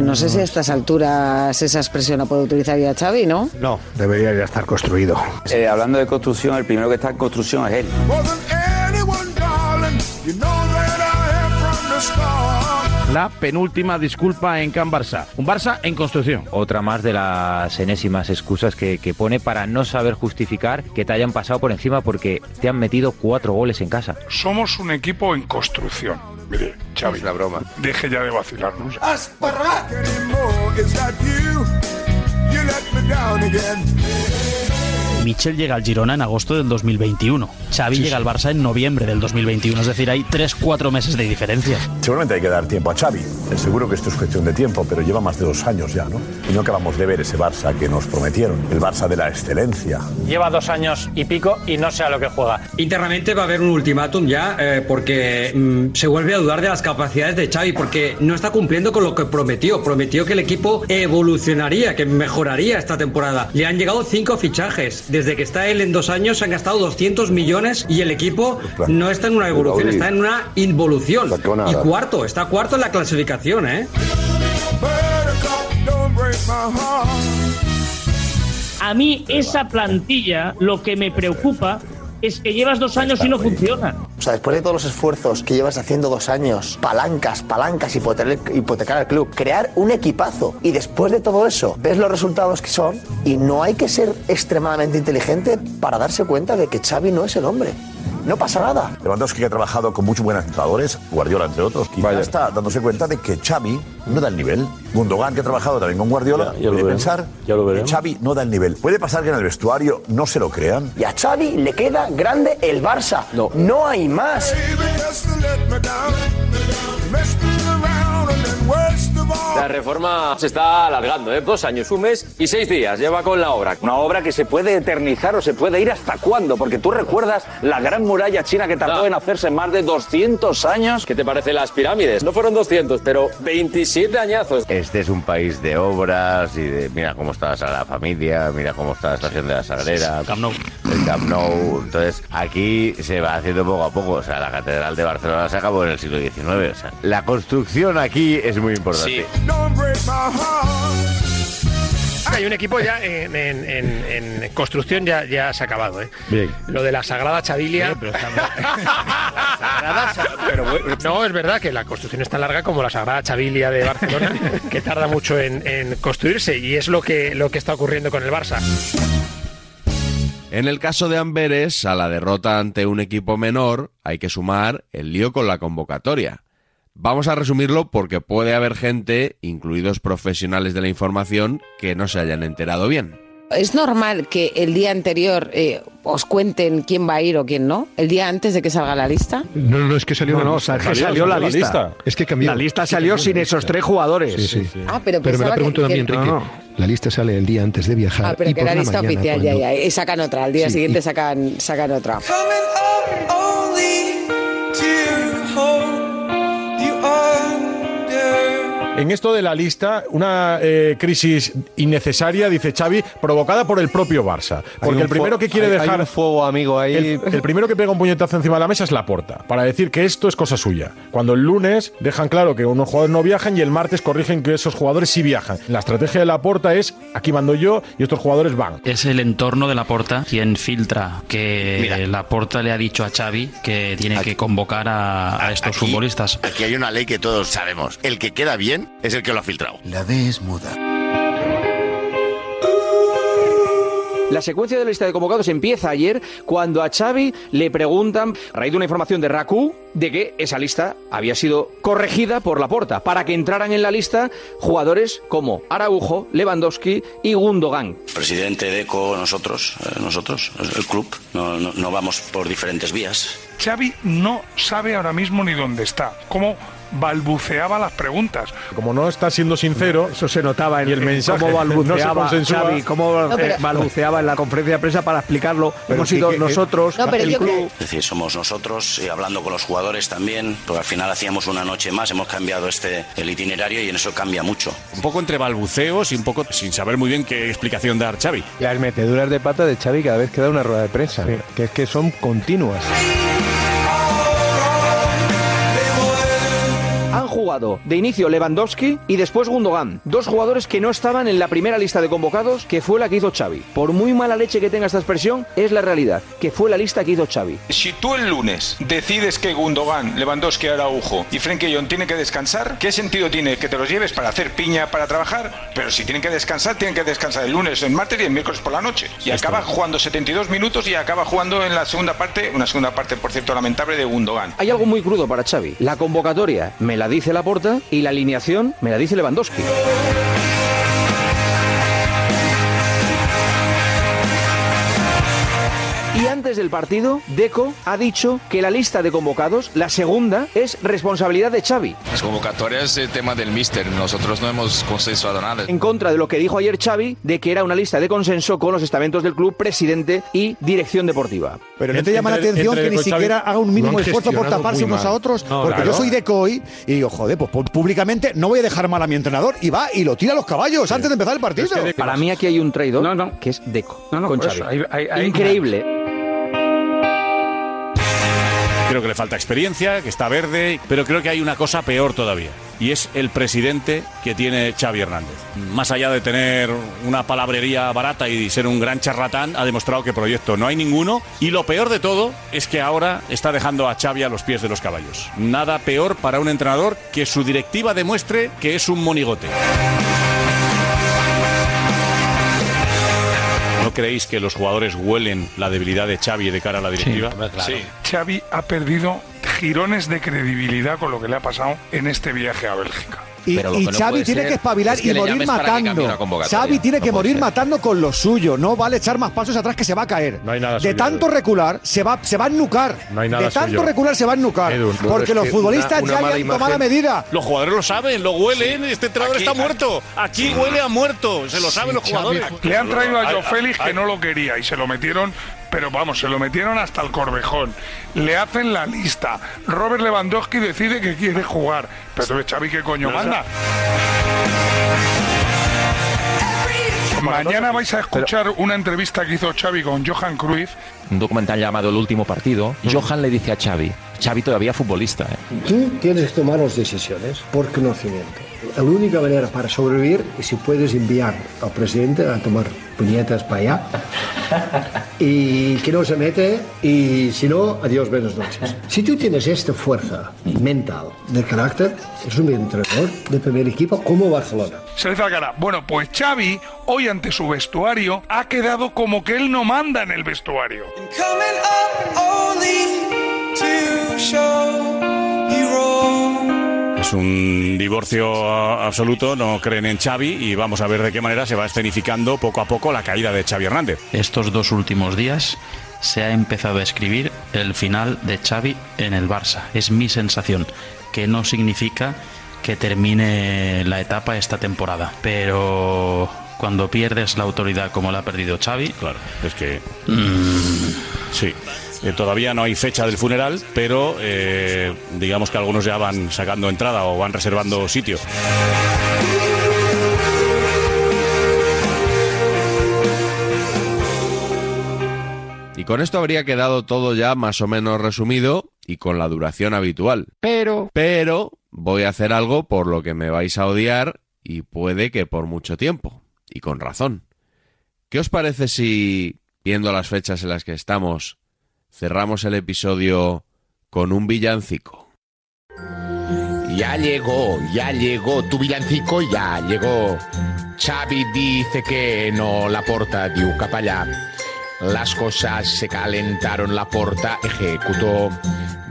Speaker 26: No sé si a estas alturas esa expresión la puede utilizar ya Xavi, ¿no?
Speaker 22: No, debería ya estar construido. Eh, hablando de construcción, el primero que está en construcción es él.
Speaker 19: More than anyone, darling, you know that I am from the start.
Speaker 27: La penúltima disculpa en Can Barça. Un Barça en construcción.
Speaker 28: Otra más de las enésimas excusas que, que pone para no saber justificar que te hayan pasado por encima porque te han metido cuatro goles en casa.
Speaker 13: Somos un equipo en construcción. Mire, Xavi. Es la broma. Deje ya de vacilarnos.
Speaker 25: Michel llega al Girona en agosto del 2021. Xavi llega al Barça en noviembre del 2021. Es decir, hay 3-4 meses de diferencia.
Speaker 16: Seguramente hay que dar tiempo a Xavi. Eh, Seguro que esto es cuestión de tiempo, pero lleva más de dos años ya, ¿no? Y no acabamos de ver ese Barça que nos prometieron, el Barça de la excelencia.
Speaker 20: Lleva dos años y pico y no sé a lo que juega.
Speaker 5: Internamente va a haber un ultimátum ya eh, porque mm, se vuelve a dudar de las capacidades de Xavi porque no está cumpliendo con lo que prometió. Prometió que el equipo evolucionaría, que mejoraría esta temporada. Le han llegado cinco fichajes. Desde que está él en dos años se han gastado 200 millones y el equipo
Speaker 16: Pues Claro.
Speaker 5: no está en una evolución,
Speaker 16: Gaudí.
Speaker 5: está en una involución.
Speaker 16: Sacó nada.
Speaker 5: Y cuarto, está cuarto en la clasificación, ¿eh?
Speaker 20: A mí esa plantilla lo que me preocupa es que llevas dos años y no funciona.
Speaker 24: O sea, después de todos los esfuerzos que llevas haciendo dos años, palancas, palancas, hipotecar, hipotecar al club, crear un equipazo y después de todo eso, ves los resultados que son y no hay que ser extremadamente inteligente para darse cuenta de que Xavi no es el hombre. No pasa nada.
Speaker 16: Lewandowski que ha trabajado con muchos buenos entrenadores, Guardiola entre otros, y ya está dándose cuenta de que Xavi no da el nivel. Gundogan que ha trabajado también con Guardiola,
Speaker 24: Ya, ya lo
Speaker 16: puede
Speaker 24: veremos.
Speaker 16: pensar
Speaker 24: Ya lo
Speaker 16: que
Speaker 24: veremos.
Speaker 16: Xavi no da el nivel. Puede pasar que en el vestuario no se lo crean.
Speaker 24: Y a Xavi le queda grande el Barça. No, hay más.
Speaker 5: La reforma se está alargando, ¿eh? dos años, un mes y seis días lleva con la obra.
Speaker 24: Una obra que se puede eternizar o se puede ir hasta cuándo, porque tú recuerdas la gran muralla china que tardó en hacerse más de 200 años.
Speaker 5: Ah. ¿Qué te parece las pirámides? No fueron 200, pero 27 añazos.
Speaker 7: Este es un país de obras y de mira cómo está la Sagrada Familia, mira cómo está la estación de la Sagrera,
Speaker 25: Camp Nou.
Speaker 7: el Camp Nou. Entonces aquí se va haciendo poco a poco. O sea, la Catedral de Barcelona se acabó en el siglo XIX. O sea, la construcción aquí es muy importante.
Speaker 14: Hay un equipo ya en, en- en- en construcción, ya, ya se ha acabado. ¿eh?
Speaker 27: Bien.
Speaker 14: Lo de la Sagrada Chavilia. *laughs* Sagrada Cha- pero bueno, no, es verdad que la construcción es tan larga como la Sagrada Chavilia de *laughs* Barcelona, que tarda mucho en, en construirse y es lo que, lo que está ocurriendo con el Barça.
Speaker 2: En el caso de Amberes, a la derrota ante un equipo menor, hay que sumar el lío con la convocatoria. Vamos a resumirlo porque puede haber gente, incluidos profesionales de la información, que no se hayan enterado bien.
Speaker 26: Es normal que el día anterior eh, os cuenten quién va a ir o quién no, el día antes de que salga la lista.
Speaker 29: No, no, es que salió,
Speaker 30: No, no,
Speaker 29: es que
Speaker 30: salió- salió la lista.
Speaker 29: Es que cambió.
Speaker 30: La lista
Speaker 29: Es que
Speaker 30: salió
Speaker 29: cambió
Speaker 30: sin
Speaker 29: la
Speaker 30: esos
Speaker 29: lista.
Speaker 30: tres jugadores.
Speaker 29: Sí, sí.
Speaker 26: Ah, pero
Speaker 29: pero me la
Speaker 26: pensaba
Speaker 29: pregunto
Speaker 26: que-
Speaker 29: también,
Speaker 26: que-
Speaker 29: Enrique.
Speaker 26: No, no.
Speaker 29: La lista sale el día antes de viajar.
Speaker 26: Ah, pero
Speaker 29: y
Speaker 26: que
Speaker 29: por
Speaker 26: la lista
Speaker 29: mañana,
Speaker 26: oficial, ya,
Speaker 29: cuando-
Speaker 26: ya, y sacan otra, al día
Speaker 29: Sí,
Speaker 26: siguiente sacan, sacan otra.
Speaker 11: En esto de la lista, una eh, crisis innecesaria, dice Xavi, provocada por el propio Barça. Porque
Speaker 30: un
Speaker 11: el primero
Speaker 30: fue-
Speaker 11: que quiere
Speaker 30: hay- hay
Speaker 11: dejar.
Speaker 30: un fuego, amigo, ahí.
Speaker 11: El, el primero que pega un puñetazo encima de la mesa es la porta, para decir que esto es cosa suya. Cuando el lunes dejan claro que unos jugadores no viajan y el martes corrigen que esos jugadores sí viajan. La estrategia de la porta es: aquí mando yo y estos jugadores van.
Speaker 25: Es el entorno de Laporta quien filtra que Laporta le ha dicho a Xavi que tiene que convocar a, a estos futbolistas.
Speaker 7: Aquí hay una ley que todos sabemos. El que queda bien es el que lo ha filtrado.
Speaker 23: La D es muda. La secuencia de la lista de convocados empieza ayer cuando a Xavi le preguntan, a raíz de una información de Raku, de que esa lista había sido corregida por Laporta para que entraran en la lista jugadores como Araujo, Lewandowski y Gundogan.
Speaker 31: Presidente, Deco, nosotros, eh, nosotros, el club, no, no- no vamos por diferentes vías.
Speaker 13: Xavi no sabe ahora mismo ni dónde está. Cómo balbuceaba las preguntas.
Speaker 11: Como no está siendo sincero, eso se notaba
Speaker 13: el mensaje.
Speaker 11: Cómo balbuceaba,
Speaker 13: no se consensúa.
Speaker 11: Xavi,
Speaker 30: cómo
Speaker 13: No, pero-
Speaker 30: eh, balbuceaba en la conferencia de prensa para explicarlo. Hemos
Speaker 31: que-
Speaker 5: eh,
Speaker 30: sido
Speaker 31: que-
Speaker 30: nosotros, el club.
Speaker 31: Es decir, somos nosotros y hablando con los jugadores también, porque al final hacíamos una noche más, hemos cambiado este el itinerario y en eso cambia mucho.
Speaker 15: Un poco entre balbuceos y un poco sin saber muy bien qué explicación dar Xavi.
Speaker 30: Las meteduras de pata de Xavi cada vez que da una rueda de prensa, que es que son continuas.
Speaker 23: Han jugado
Speaker 5: jugado de inicio Lewandowski y después Gundogan. Dos jugadores que no estaban en la primera lista de convocados, que fue la que hizo Xavi. Por muy mala leche que tenga esta expresión, es la realidad, que fue la lista que hizo Xavi.
Speaker 1: Si tú el lunes decides que Gundogan, Lewandowski, Araujo y Frenkie Jong tienen que descansar, ¿qué sentido tiene que te los lleves para hacer piña, para trabajar? Pero si tienen que descansar, tienen que descansar el lunes, el martes y el miércoles por la noche. Y
Speaker 9: Esto.
Speaker 1: acaba jugando 72 minutos y acaba jugando en la segunda parte, una segunda parte, por cierto, lamentable de Gundogan.
Speaker 5: Hay algo muy crudo para Xavi. La convocatoria me la dice Laporta y la alineación me la dice Lewandowski. Y antes del partido, Deco ha dicho que la lista de convocados, la segunda, es responsabilidad de Xavi.
Speaker 14: Las convocatorias es tema del míster. Nosotros no hemos consensuado nada.
Speaker 5: En contra de lo que dijo ayer Xavi, de que era una lista de consenso con los estamentos del club, presidente y dirección deportiva.
Speaker 16: Pero no te llama la atención que ni siquiera haga un mínimo esfuerzo por taparse unos a otros, porque yo soy de COI y digo, joder, pues pu- públicamente no voy a dejar mal a mi entrenador y va y lo tira a los caballos antes de empezar el partido.
Speaker 5: Para mí aquí hay un traidor que es Deco. con
Speaker 16: por
Speaker 5: Xavi.
Speaker 16: eso, hay- hay- hay-
Speaker 5: Increíble.
Speaker 15: Creo que le falta experiencia, que está verde, pero creo que hay una cosa peor todavía. Y es el presidente que tiene Xavi Hernández. Más allá de tener una palabrería barata y ser un gran charlatán, ha demostrado que proyecto no hay ninguno. Y lo peor de todo es que ahora está dejando a Xavi a los pies de los caballos. Nada peor para un entrenador que su directiva demuestre que es un monigote. ¿No creéis que los jugadores huelen la debilidad de Xavi de cara a la directiva? Sí.
Speaker 13: Xavi ha perdido girones de credibilidad con lo que le ha pasado en este viaje a Bélgica.
Speaker 16: Y, y Xavi tiene que espabilar y morir matando. Xavi tiene que morir matando con lo suyo. No vale echar más pasos atrás que se va a caer.
Speaker 11: hay nada
Speaker 16: de
Speaker 11: suyo,
Speaker 16: tanto recular se va, se va a ennucar.
Speaker 11: No hay nada
Speaker 16: de tanto
Speaker 11: suyo.
Speaker 16: recular se va a ennucar.
Speaker 11: Edu, no,
Speaker 16: porque
Speaker 11: es
Speaker 16: los
Speaker 11: que
Speaker 16: futbolistas
Speaker 11: una- una
Speaker 16: ya
Speaker 11: mala
Speaker 16: habían tomado la
Speaker 11: imagen-
Speaker 16: medida.
Speaker 15: Los jugadores lo saben, lo huelen. Este entrenador está muerto. Aquí huele a muerto. Se lo saben los jugadores.
Speaker 13: Le han traído a
Speaker 15: Ay,
Speaker 13: Joe
Speaker 15: ay,
Speaker 13: Félix
Speaker 15: ay.
Speaker 13: que no lo quería y se lo metieron, pero vamos, se lo metieron hasta el corvejón. Le hacen la lista. Robert Lewandowski decide que quiere jugar. Pero Xavi, ¿qué coño
Speaker 15: No,
Speaker 13: manda? Mañana vais a escuchar una entrevista que hizo Xavi con Johan Cruyff
Speaker 32: un documental llamado El último partido, Johan le dice a Xavi, Xavi todavía futbolista, ¿eh?
Speaker 29: Tú tienes que tomar las decisiones por conocimiento. La única manera para sobrevivir es si puedes enviar al presidente a tomar puñetas para allá y que no se mete y si no, adiós, buenas noches. Si tú tienes esta fuerza mental de carácter, es un entrenador de primer equipo como Barcelona.
Speaker 13: Se le hizo la cara. Bueno, pues Xavi, hoy ante su vestuario, ha quedado como que él no manda en el vestuario.
Speaker 20: Coming up only to show you wrong.
Speaker 15: Es un divorcio a- absoluto, no creen en Xavi y vamos a ver de qué manera se va escenificando poco a poco la caída de Xavi Hernández.
Speaker 25: Estos dos últimos días se ha empezado a escribir el final de Xavi en el Barça. Es mi sensación, que no significa que termine la etapa esta temporada, pero cuando pierdes la autoridad como la ha perdido Xavi,
Speaker 15: claro, es que Sí. Eh, todavía no hay fecha del funeral, pero eh, digamos que algunos ya van sacando entrada o van reservando sitio.
Speaker 2: Y con esto habría quedado todo ya más o menos resumido y con la duración habitual. Pero. Pero voy a hacer algo por lo que me vais a odiar y puede que por mucho tiempo. Y con razón. ¿Qué os parece si, viendo las fechas en las que estamos, cerramos el episodio con un villancico?
Speaker 33: Ya llegó, ya llegó, tu villancico ya llegó. Xavi dice que no, la porta diuca para allá. Las cosas se calentaron, la porta ejecutó.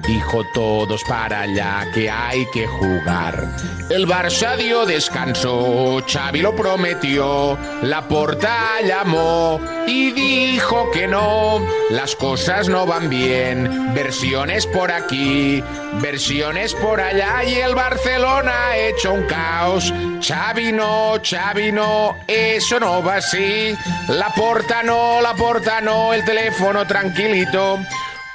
Speaker 33: Dijo todos para allá que hay que jugar. El Barça dio descanso, Xavi lo prometió, la porta llamó y dijo que no, las cosas no van bien, versiones por aquí, versiones por allá y el Barcelona ha hecho un caos. Xavi no, Xavi no, eso no va así. La porta no, la porta no, el teléfono tranquilito.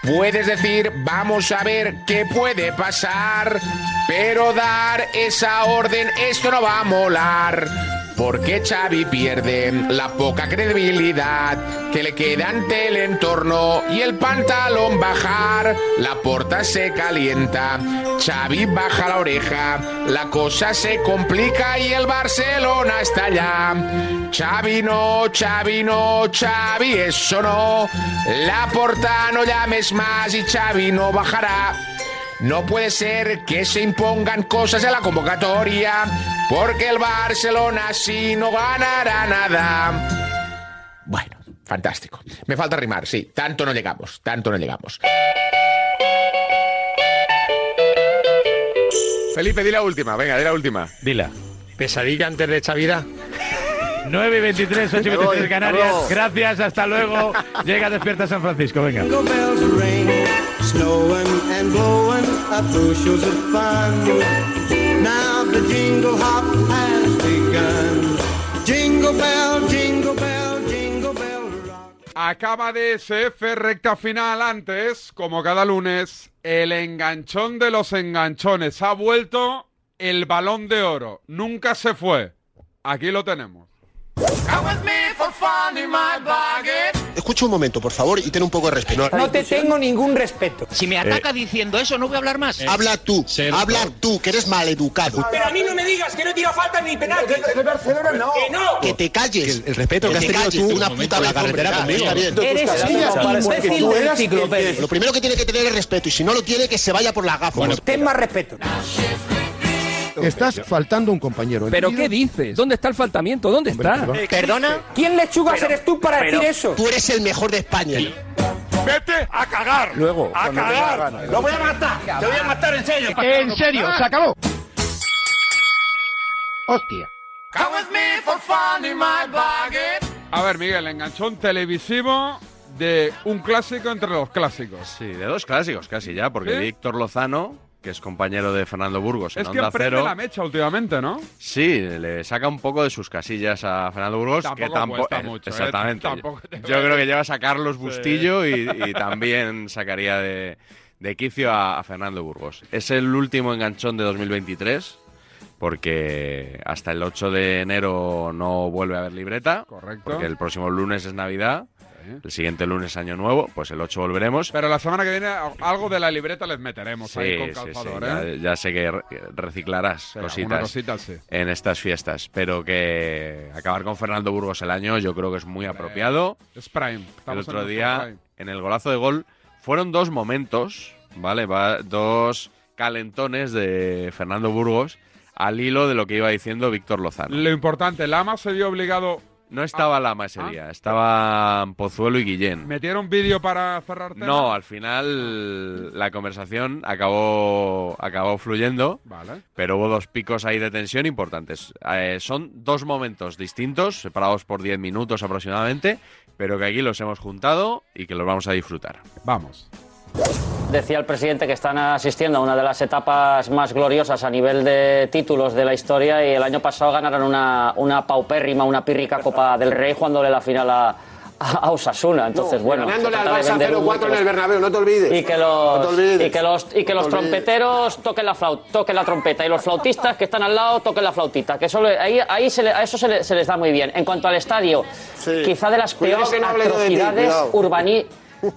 Speaker 33: Puedes decir, vamos a ver qué puede pasar, pero dar esa orden, esto no va a molar. ¿Por qué Xavi pierde la poca credibilidad que le queda ante el entorno y el pantalón bajar? La porta se calienta, Xavi baja la oreja, la cosa se complica y el Barcelona está allá. Xavi no, Xavi no, Xavi eso no. La porta no llames más y Xavi no bajará. No puede ser que se impongan cosas en la convocatoria, porque el Barcelona sí no ganará nada. Bueno, fantástico. Me falta rimar, sí. Tanto no llegamos, tanto no llegamos.
Speaker 2: Felipe, di la última, venga, di la última.
Speaker 34: Dila. Pesadilla antes de Chavira.
Speaker 35: 9 y 23, 8 y
Speaker 34: Me voy,
Speaker 35: 23 Canarias.
Speaker 34: vamos.
Speaker 35: Gracias, hasta luego. Llega Despierta San Francisco, venga.
Speaker 14: Jingle bells ring, snowing and blowing up bushels of fun. Now the jingle hop has begun. Jingle bell, jingle bell, jingle bell.
Speaker 1: Acaba de SF recta final antes, como cada lunes, el enganchón de los enganchones. Ha vuelto el balón de oro. Nunca se fue. Aquí lo tenemos.
Speaker 36: Escucha un momento, por favor, y ten un poco de respeto.
Speaker 29: tengo ningún respeto. Si me
Speaker 36: ataca
Speaker 29: diciendo eso, no voy a hablar más.
Speaker 35: Eh,
Speaker 36: Habla tú, habla tú, que eres maleducado.
Speaker 29: a mí no me digas que no tira falta ni penal.
Speaker 36: Barcelona
Speaker 29: no. Que no.
Speaker 36: Que te calles. el respeto Que que, has te tenido calles, tú un una momento, puta la vez, hombre, carretera ya, conmigo. está bien. Eres Tus un castillos, imbécil parece que de tú eras
Speaker 29: enciclopedia.
Speaker 36: el que- Lo primero que tiene que tener es respeto y si no lo tiene que se vaya por la gafa.
Speaker 29: ten más respeto.
Speaker 37: Estás faltando un compañero.
Speaker 38: ¿Pero qué dices? ¿Dónde está el faltamiento? ¿Dónde está?
Speaker 37: perdón.
Speaker 38: ¿Quién lechugas eres tú para decir eso?
Speaker 36: Tú eres el mejor de España.
Speaker 39: Vete a cagar.
Speaker 36: Luego,
Speaker 39: a
Speaker 36: cuando tenga
Speaker 39: cagar.
Speaker 36: ganas.
Speaker 39: Lo voy a matar.
Speaker 29: Te voy a matar en serio. En serio, se acabó. Hostia.
Speaker 1: A ver, Miguel, enganchón televisivo de un clásico entre los clásicos.
Speaker 2: Sí, de dos clásicos casi ya, porque
Speaker 1: ¿Sí?
Speaker 2: Víctor Lozano, que es compañero de Fernando Burgos Pues en
Speaker 1: Es que
Speaker 2: Onda
Speaker 1: prende
Speaker 2: Cero,
Speaker 1: la mecha últimamente, ¿no?
Speaker 2: sí, le saca un poco de sus casillas a Fernando Burgos, que
Speaker 1: Tampoco
Speaker 2: tampoco...
Speaker 1: cuesta
Speaker 2: eh,
Speaker 1: mucho, ¿eh?
Speaker 2: exactamente.
Speaker 1: Tampoco te-
Speaker 2: Yo creo que llevas a Carlos
Speaker 1: Sí.
Speaker 2: Bustillo y, y también sacaría de, de quicio a, a Fernando Burgos. Es el último enganchón de 2023, porque hasta el 8 de enero no vuelve a haber libreta.
Speaker 1: Correcto.
Speaker 2: Porque el próximo lunes es Navidad, el siguiente lunes Año Nuevo, pues el 8 volveremos.
Speaker 1: Pero la semana que viene a- Eh, algo de la libreta les meteremos ahí con calzador,
Speaker 2: sí,
Speaker 1: ¿eh?
Speaker 2: ya, ya sé que re- reciclarás
Speaker 1: alguna
Speaker 2: cositas
Speaker 1: cosita sí.
Speaker 2: en estas fiestas, pero que acabar con Fernando Burgos el año yo creo que es muy apropiado.
Speaker 1: Es Prime.
Speaker 2: El
Speaker 1: Estamos en
Speaker 2: otro
Speaker 1: nuestro
Speaker 2: día,
Speaker 1: prime.
Speaker 2: en el golazo de gol, fueron dos momentos, ¿vale? Va- dos calentones de Fernando Burgos al hilo de lo que iba diciendo Víctor Lozano.
Speaker 1: Lo importante, Lama se vio obligado. ¿Ah?
Speaker 2: No estaba Lama ese día, estaban Pozuelo y Guillén.
Speaker 1: ¿Metieron vídeo para cerrar tema?
Speaker 2: No, al final la conversación acabó, acabó fluyendo.
Speaker 1: Vale.
Speaker 2: Pero hubo dos picos ahí de tensión importantes. Eh, son dos momentos distintos, separados por 10 minutos aproximadamente, pero que aquí los hemos juntado y que los vamos a disfrutar.
Speaker 1: Vamos.
Speaker 12: Decía el presidente que están asistiendo a una de las etapas más gloriosas a nivel de títulos de la historia y el año pasado ganaron una, una paupérrima, una pírrica Copa del Rey jugándole la final a, a Osasuna. Entonces, bueno,
Speaker 5: ganándole
Speaker 12: se
Speaker 5: al
Speaker 12: trata de
Speaker 5: Barça
Speaker 12: vender humo
Speaker 5: 0-4
Speaker 12: y
Speaker 5: en
Speaker 12: que
Speaker 5: el
Speaker 12: los-
Speaker 5: Bernabéu, no te olvides.
Speaker 12: Y que los,
Speaker 5: No te olvides.
Speaker 12: y que los, y que
Speaker 5: No
Speaker 12: los
Speaker 5: te olvides.
Speaker 12: trompeteros toquen la, flau- toquen la trompeta y los flautistas que están al lado toquen la flautita. Que eso le- ahí, ahí se le- a eso se, le- se les da muy bien. En cuanto al estadio, quizá de las
Speaker 5: Cuidado
Speaker 12: peores
Speaker 5: que no hable yo de ti,
Speaker 12: atrocidades
Speaker 5: cuidado.
Speaker 12: urbani-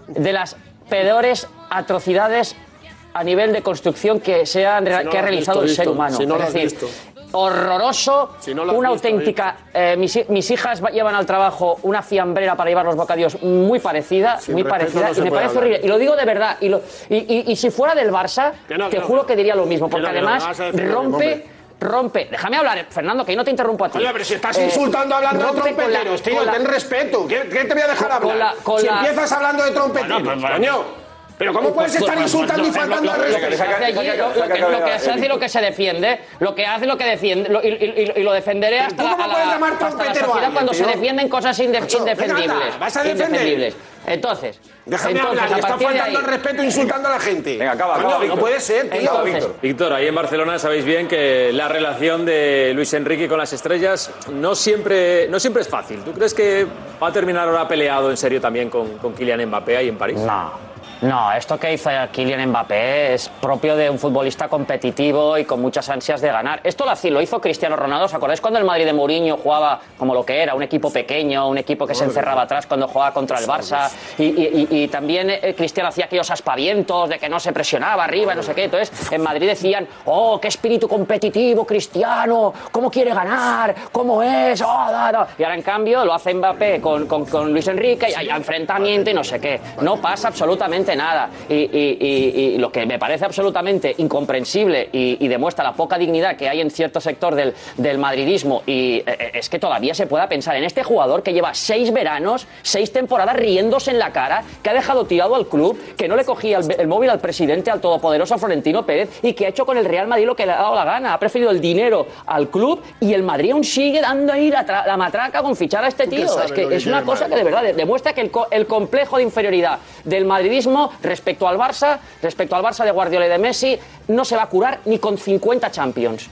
Speaker 12: de las peores atrocidades a nivel de construcción que, se han, rea-
Speaker 5: Si no
Speaker 12: que ha
Speaker 5: lo has
Speaker 12: realizado
Speaker 5: visto,
Speaker 12: el ser
Speaker 5: visto.
Speaker 12: humano.
Speaker 5: Si no
Speaker 12: Es
Speaker 5: lo has
Speaker 12: decir,
Speaker 5: visto.
Speaker 12: horroroso,
Speaker 5: no lo has
Speaker 12: una
Speaker 5: visto,
Speaker 12: auténtica... eh, mis, hi- mis hijas va- llevan al trabajo una fiambrera para llevar los bocadillos muy parecida,
Speaker 5: Sin
Speaker 12: muy
Speaker 5: respeto
Speaker 12: parecida,
Speaker 5: no
Speaker 12: y
Speaker 5: se
Speaker 12: me
Speaker 5: puede
Speaker 12: parece
Speaker 5: hablar.
Speaker 12: horrible. Y lo digo de verdad, y, lo- y- y- y si fuera del Barça,
Speaker 5: Que no,
Speaker 12: te
Speaker 5: que no,
Speaker 12: juro
Speaker 5: que
Speaker 12: que diría lo mismo, porque
Speaker 5: no, que no,
Speaker 12: además
Speaker 5: me vas a decir que no,
Speaker 12: rompe...
Speaker 5: hombre.
Speaker 12: Rompe, déjame hablar, eh, Fernando, que yo no te interrumpo a ti.
Speaker 5: Oye, pero si estás
Speaker 12: Eh,
Speaker 5: insultando hablando de
Speaker 12: rompe con la-
Speaker 5: trompeteros, tío,
Speaker 12: con la-
Speaker 5: ten respeto. ¿Qué, qué te voy a dejar
Speaker 12: Con
Speaker 5: hablar?
Speaker 12: la- con
Speaker 5: si
Speaker 12: la-
Speaker 5: empiezas hablando de trompeteros,
Speaker 12: Bueno, pues,
Speaker 5: coño. Pero ¿cómo puedes
Speaker 12: Pues,
Speaker 5: estar
Speaker 12: pues,
Speaker 5: insultando
Speaker 12: pues,
Speaker 5: y
Speaker 12: pues,
Speaker 5: faltando
Speaker 12: pues,
Speaker 5: al
Speaker 12: pues,
Speaker 5: respeto?
Speaker 12: pues, lo que hace allí, lo- lo que- Lo que se hace y lo que se defiende, lo que hace y lo que defiende, lo- y, y- y- y lo defenderé hasta la,
Speaker 5: cómo
Speaker 12: a la-
Speaker 5: puedes llamar
Speaker 12: hasta la
Speaker 5: trompetero a
Speaker 12: saciedad
Speaker 5: alguien,
Speaker 12: cuando se
Speaker 5: tío?
Speaker 12: defienden cosas inde-
Speaker 5: Macho, venga, anda,
Speaker 12: indefendibles.
Speaker 5: ¿vas a defender?
Speaker 12: indefendibles. Entonces,
Speaker 5: Déjame
Speaker 12: entonces,
Speaker 5: hablar,
Speaker 12: a
Speaker 5: le está
Speaker 12: partir de
Speaker 5: faltando
Speaker 12: ahí-
Speaker 5: al respeto e insultando a la gente.
Speaker 7: Venga, acaba,
Speaker 5: Coño,
Speaker 7: acaba, Víctor.
Speaker 5: No puede ser, tío.
Speaker 12: Entonces- Víctor.
Speaker 7: Víctor, ahí en Barcelona sabéis bien que la relación de Luis Enrique con las estrellas no siempre, no siempre es fácil. ¿Tú crees que va a terminar ahora peleado en serio también con, con Kylian Mbappé ahí en París?
Speaker 12: No. No, esto que hizo Kylian Mbappé es propio de un futbolista competitivo y con muchas ansias de ganar. Esto lo hizo- lo hizo Cristiano Ronaldo. ¿Os acordáis cuando el Madrid de Mourinho jugaba como lo que era? Un equipo pequeño, un equipo que se encerraba atrás cuando jugaba contra el Barça. Y, y- y- y también eh, Cristiano hacía aquellos aspavientos de que no se presionaba arriba, no sé qué. Entonces, en Madrid decían, oh, qué espíritu competitivo, Cristiano, cómo quiere ganar, cómo es, oh, da, da". Y ahora, en cambio, lo hace Mbappé con, con- con Luis Enrique, y hay enfrentamiento y no sé qué. No pasa absolutamente nada. Y, y- y- y lo que me parece absolutamente incomprensible y, y demuestra la poca dignidad que hay en cierto sector del, del madridismo, y eh, eh, es que todavía se pueda pensar en este jugador que lleva seis veranos, seis temporadas riéndose en la cara, que ha dejado tirado al club, que no le cogía el, el móvil al presidente, al todopoderoso Florentino Pérez, y que ha hecho con el Real Madrid lo que le ha dado la gana. Ha preferido el dinero al club y el Madrid aún sigue dando ahí la, tra- la matraca con fichar a este
Speaker 5: qué
Speaker 12: tío.
Speaker 5: sabes
Speaker 12: Es, que
Speaker 5: lo que
Speaker 12: es una
Speaker 5: quiere
Speaker 12: cosa
Speaker 5: Madrid?
Speaker 12: que de verdad de- demuestra que el, co- el complejo de inferioridad del madridismo respecto al Barça, respecto al Barça de Guardiola y de Messi, no se va a curar ni con 50 Champions.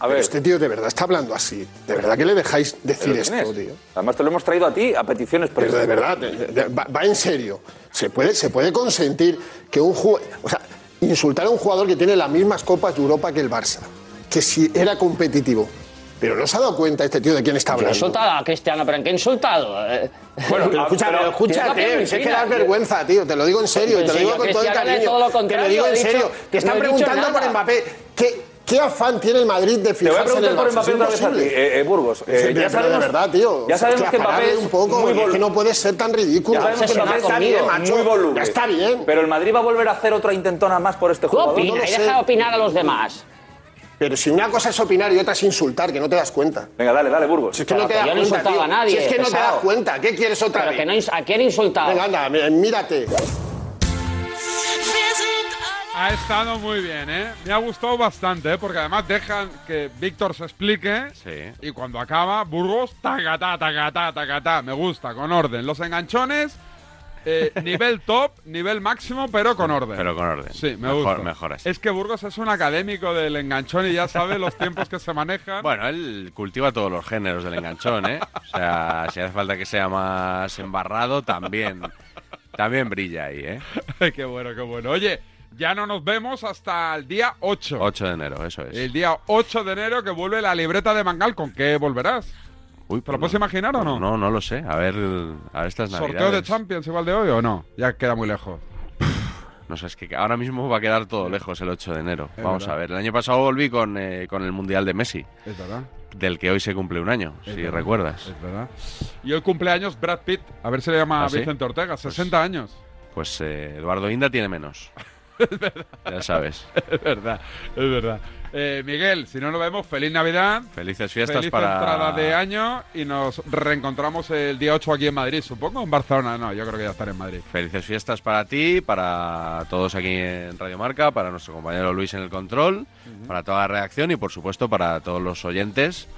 Speaker 36: A ver. Este tío de verdad está hablando así. De verdad que le dejáis decir
Speaker 12: ¿Pero
Speaker 36: esto,
Speaker 12: quién es?
Speaker 36: tío.
Speaker 5: Además, te lo hemos traído a ti a peticiones.
Speaker 36: Pero de verdad, de- de- va, va en serio. ¿Se puede, se puede consentir que un jugador. O sea, insultar a un jugador que tiene las mismas copas de Europa que el Barça. Que si era competitivo. Pero no se ha dado cuenta este tío de quién está
Speaker 12: Yo he
Speaker 36: hablando.
Speaker 12: insultado a Cristiano, pero ¿en qué he insultado? Eh, *laughs*
Speaker 36: Bueno,
Speaker 12: pero
Speaker 36: escúchame,
Speaker 12: pero tienes
Speaker 36: escúchate,
Speaker 12: la
Speaker 36: es que
Speaker 12: pena,
Speaker 36: das
Speaker 12: yo-
Speaker 36: vergüenza, tío, te lo digo en serio,
Speaker 12: Pues
Speaker 36: te lo
Speaker 12: sí,
Speaker 36: digo
Speaker 12: yo
Speaker 36: con todo el
Speaker 12: Cristiano le
Speaker 36: cariño.
Speaker 12: todo lo
Speaker 36: te lo
Speaker 12: contrario,
Speaker 36: digo
Speaker 12: he
Speaker 36: en
Speaker 12: dicho-
Speaker 36: serio, te están
Speaker 12: no he dicho
Speaker 36: preguntando
Speaker 12: nada.
Speaker 36: por Mbappé. ¿Qué, ¿Qué afán tiene el Madrid de
Speaker 5: Te voy a
Speaker 36: fijarse en
Speaker 5: preguntar
Speaker 36: el Barça?
Speaker 5: por Mbappé
Speaker 36: Es
Speaker 5: otra vez a ti,
Speaker 36: imposible.
Speaker 5: eh, eh, Burgos.
Speaker 36: Pero
Speaker 5: Eh, ya sabemos,
Speaker 36: de verdad, tío.
Speaker 5: Ya sabemos que Mbappé
Speaker 36: apagarle
Speaker 5: es
Speaker 36: un poco,
Speaker 5: muy
Speaker 36: es que
Speaker 5: vol-
Speaker 36: no puedes ser tan ridículo.
Speaker 5: Ya sabemos
Speaker 36: Es
Speaker 5: que
Speaker 36: que
Speaker 5: Mbappé
Speaker 36: está
Speaker 5: está
Speaker 36: bien,
Speaker 5: bien,
Speaker 36: macho.
Speaker 5: muy voluble.
Speaker 36: Ya está bien.
Speaker 5: Pero el Madrid va a volver a hacer otra intentona más por este jugador.
Speaker 12: opina? Y deja opinar a los demás.
Speaker 36: Pero si una cosa es opinar y otra es insultar, que no te das cuenta.
Speaker 5: Venga, dale, dale, Burgos.
Speaker 36: Si es que no te das
Speaker 12: Yo no
Speaker 36: cuenta,
Speaker 12: insultaba
Speaker 36: tío.
Speaker 12: a nadie,
Speaker 36: Si es que no te
Speaker 12: pesado.
Speaker 36: das cuenta, ¿qué quieres otra
Speaker 12: Pero
Speaker 36: vez?
Speaker 12: que no ins- ¿A quién he insultado?
Speaker 36: Venga, anda, mí- mírate.
Speaker 1: Ha estado muy bien, ¿eh? Me ha gustado bastante, ¿eh? Porque además dejan que Víctor se explique. Y cuando acaba, Burgos, tacatá, tacatá, tacatá. Me gusta, con orden. Los enganchones,
Speaker 2: *laughs*
Speaker 1: eh, nivel top, nivel máximo, pero con orden.
Speaker 2: Pero con orden.
Speaker 1: Sí, me
Speaker 2: mejor,
Speaker 1: gusta.
Speaker 2: Mejor así.
Speaker 1: Es que Burgos es un académico del enganchón y ya sabe los tiempos que se manejan.
Speaker 2: Bueno, él cultiva todos los géneros del enganchón, ¿eh? O sea, si hace falta que sea más embarrado, también, también brilla ahí, ¿eh?
Speaker 1: *laughs* qué bueno, qué bueno. Oye, ya no nos vemos hasta el día 8.
Speaker 2: 8 de enero, eso es.
Speaker 1: El día 8 de enero que vuelve la libreta de Mangal. ¿Con qué volverás?
Speaker 2: Uy,
Speaker 1: ¿Te lo puedes imaginar o no?
Speaker 2: No, no lo sé. A ver, a ver estas navidades.
Speaker 1: ¿Sorteo de Champions igual de hoy o no? Ya queda muy lejos.
Speaker 2: No sé, es que ahora mismo va a quedar todo lejos el 8 de enero.
Speaker 1: Es
Speaker 2: Vamos
Speaker 1: verdad.
Speaker 2: a ver. El año pasado volví con, eh, con el Mundial de Messi,
Speaker 1: Es verdad.
Speaker 2: del que hoy se cumple un año,
Speaker 1: Es
Speaker 2: si
Speaker 1: verdad.
Speaker 2: recuerdas.
Speaker 1: Es verdad. Y hoy cumpleaños Brad Pitt. A ver si le llama
Speaker 2: ¿Ah, sí?
Speaker 1: Vicente Ortega. 60
Speaker 2: *laughs*
Speaker 1: años.
Speaker 2: Pues eh, Eduardo Inda
Speaker 1: *laughs*
Speaker 2: tiene menos. Ya sabes.
Speaker 1: es verdad, es verdad. Eh, Miguel, si no nos vemos, feliz Navidad.
Speaker 2: Felices fiestas
Speaker 1: feliz
Speaker 2: para.
Speaker 1: entrada de año y nos reencontramos el día 8 aquí en Madrid, supongo. En Barcelona, no, yo creo que ya estaré en Madrid.
Speaker 2: Felices fiestas para ti, para todos aquí en Radio Marca, para nuestro compañero Luis en el control, para toda la redacción y por supuesto para todos los oyentes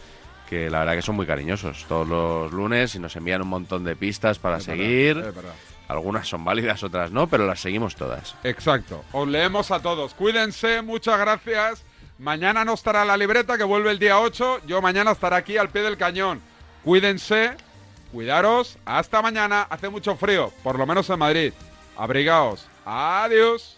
Speaker 2: que la verdad que son muy cariñosos todos los lunes y nos envían un montón de pistas para seguir.
Speaker 1: es verdad.
Speaker 2: Algunas son válidas, otras no, pero las seguimos todas.
Speaker 1: Exacto. Os leemos a todos. Cuídense, muchas gracias. Mañana no estará la libreta que vuelve el día 8. Yo mañana estaré aquí al pie del cañón. Cuídense, cuidaros. Hasta mañana. Hace mucho frío, por lo menos en Madrid. Abrigaos. Adiós.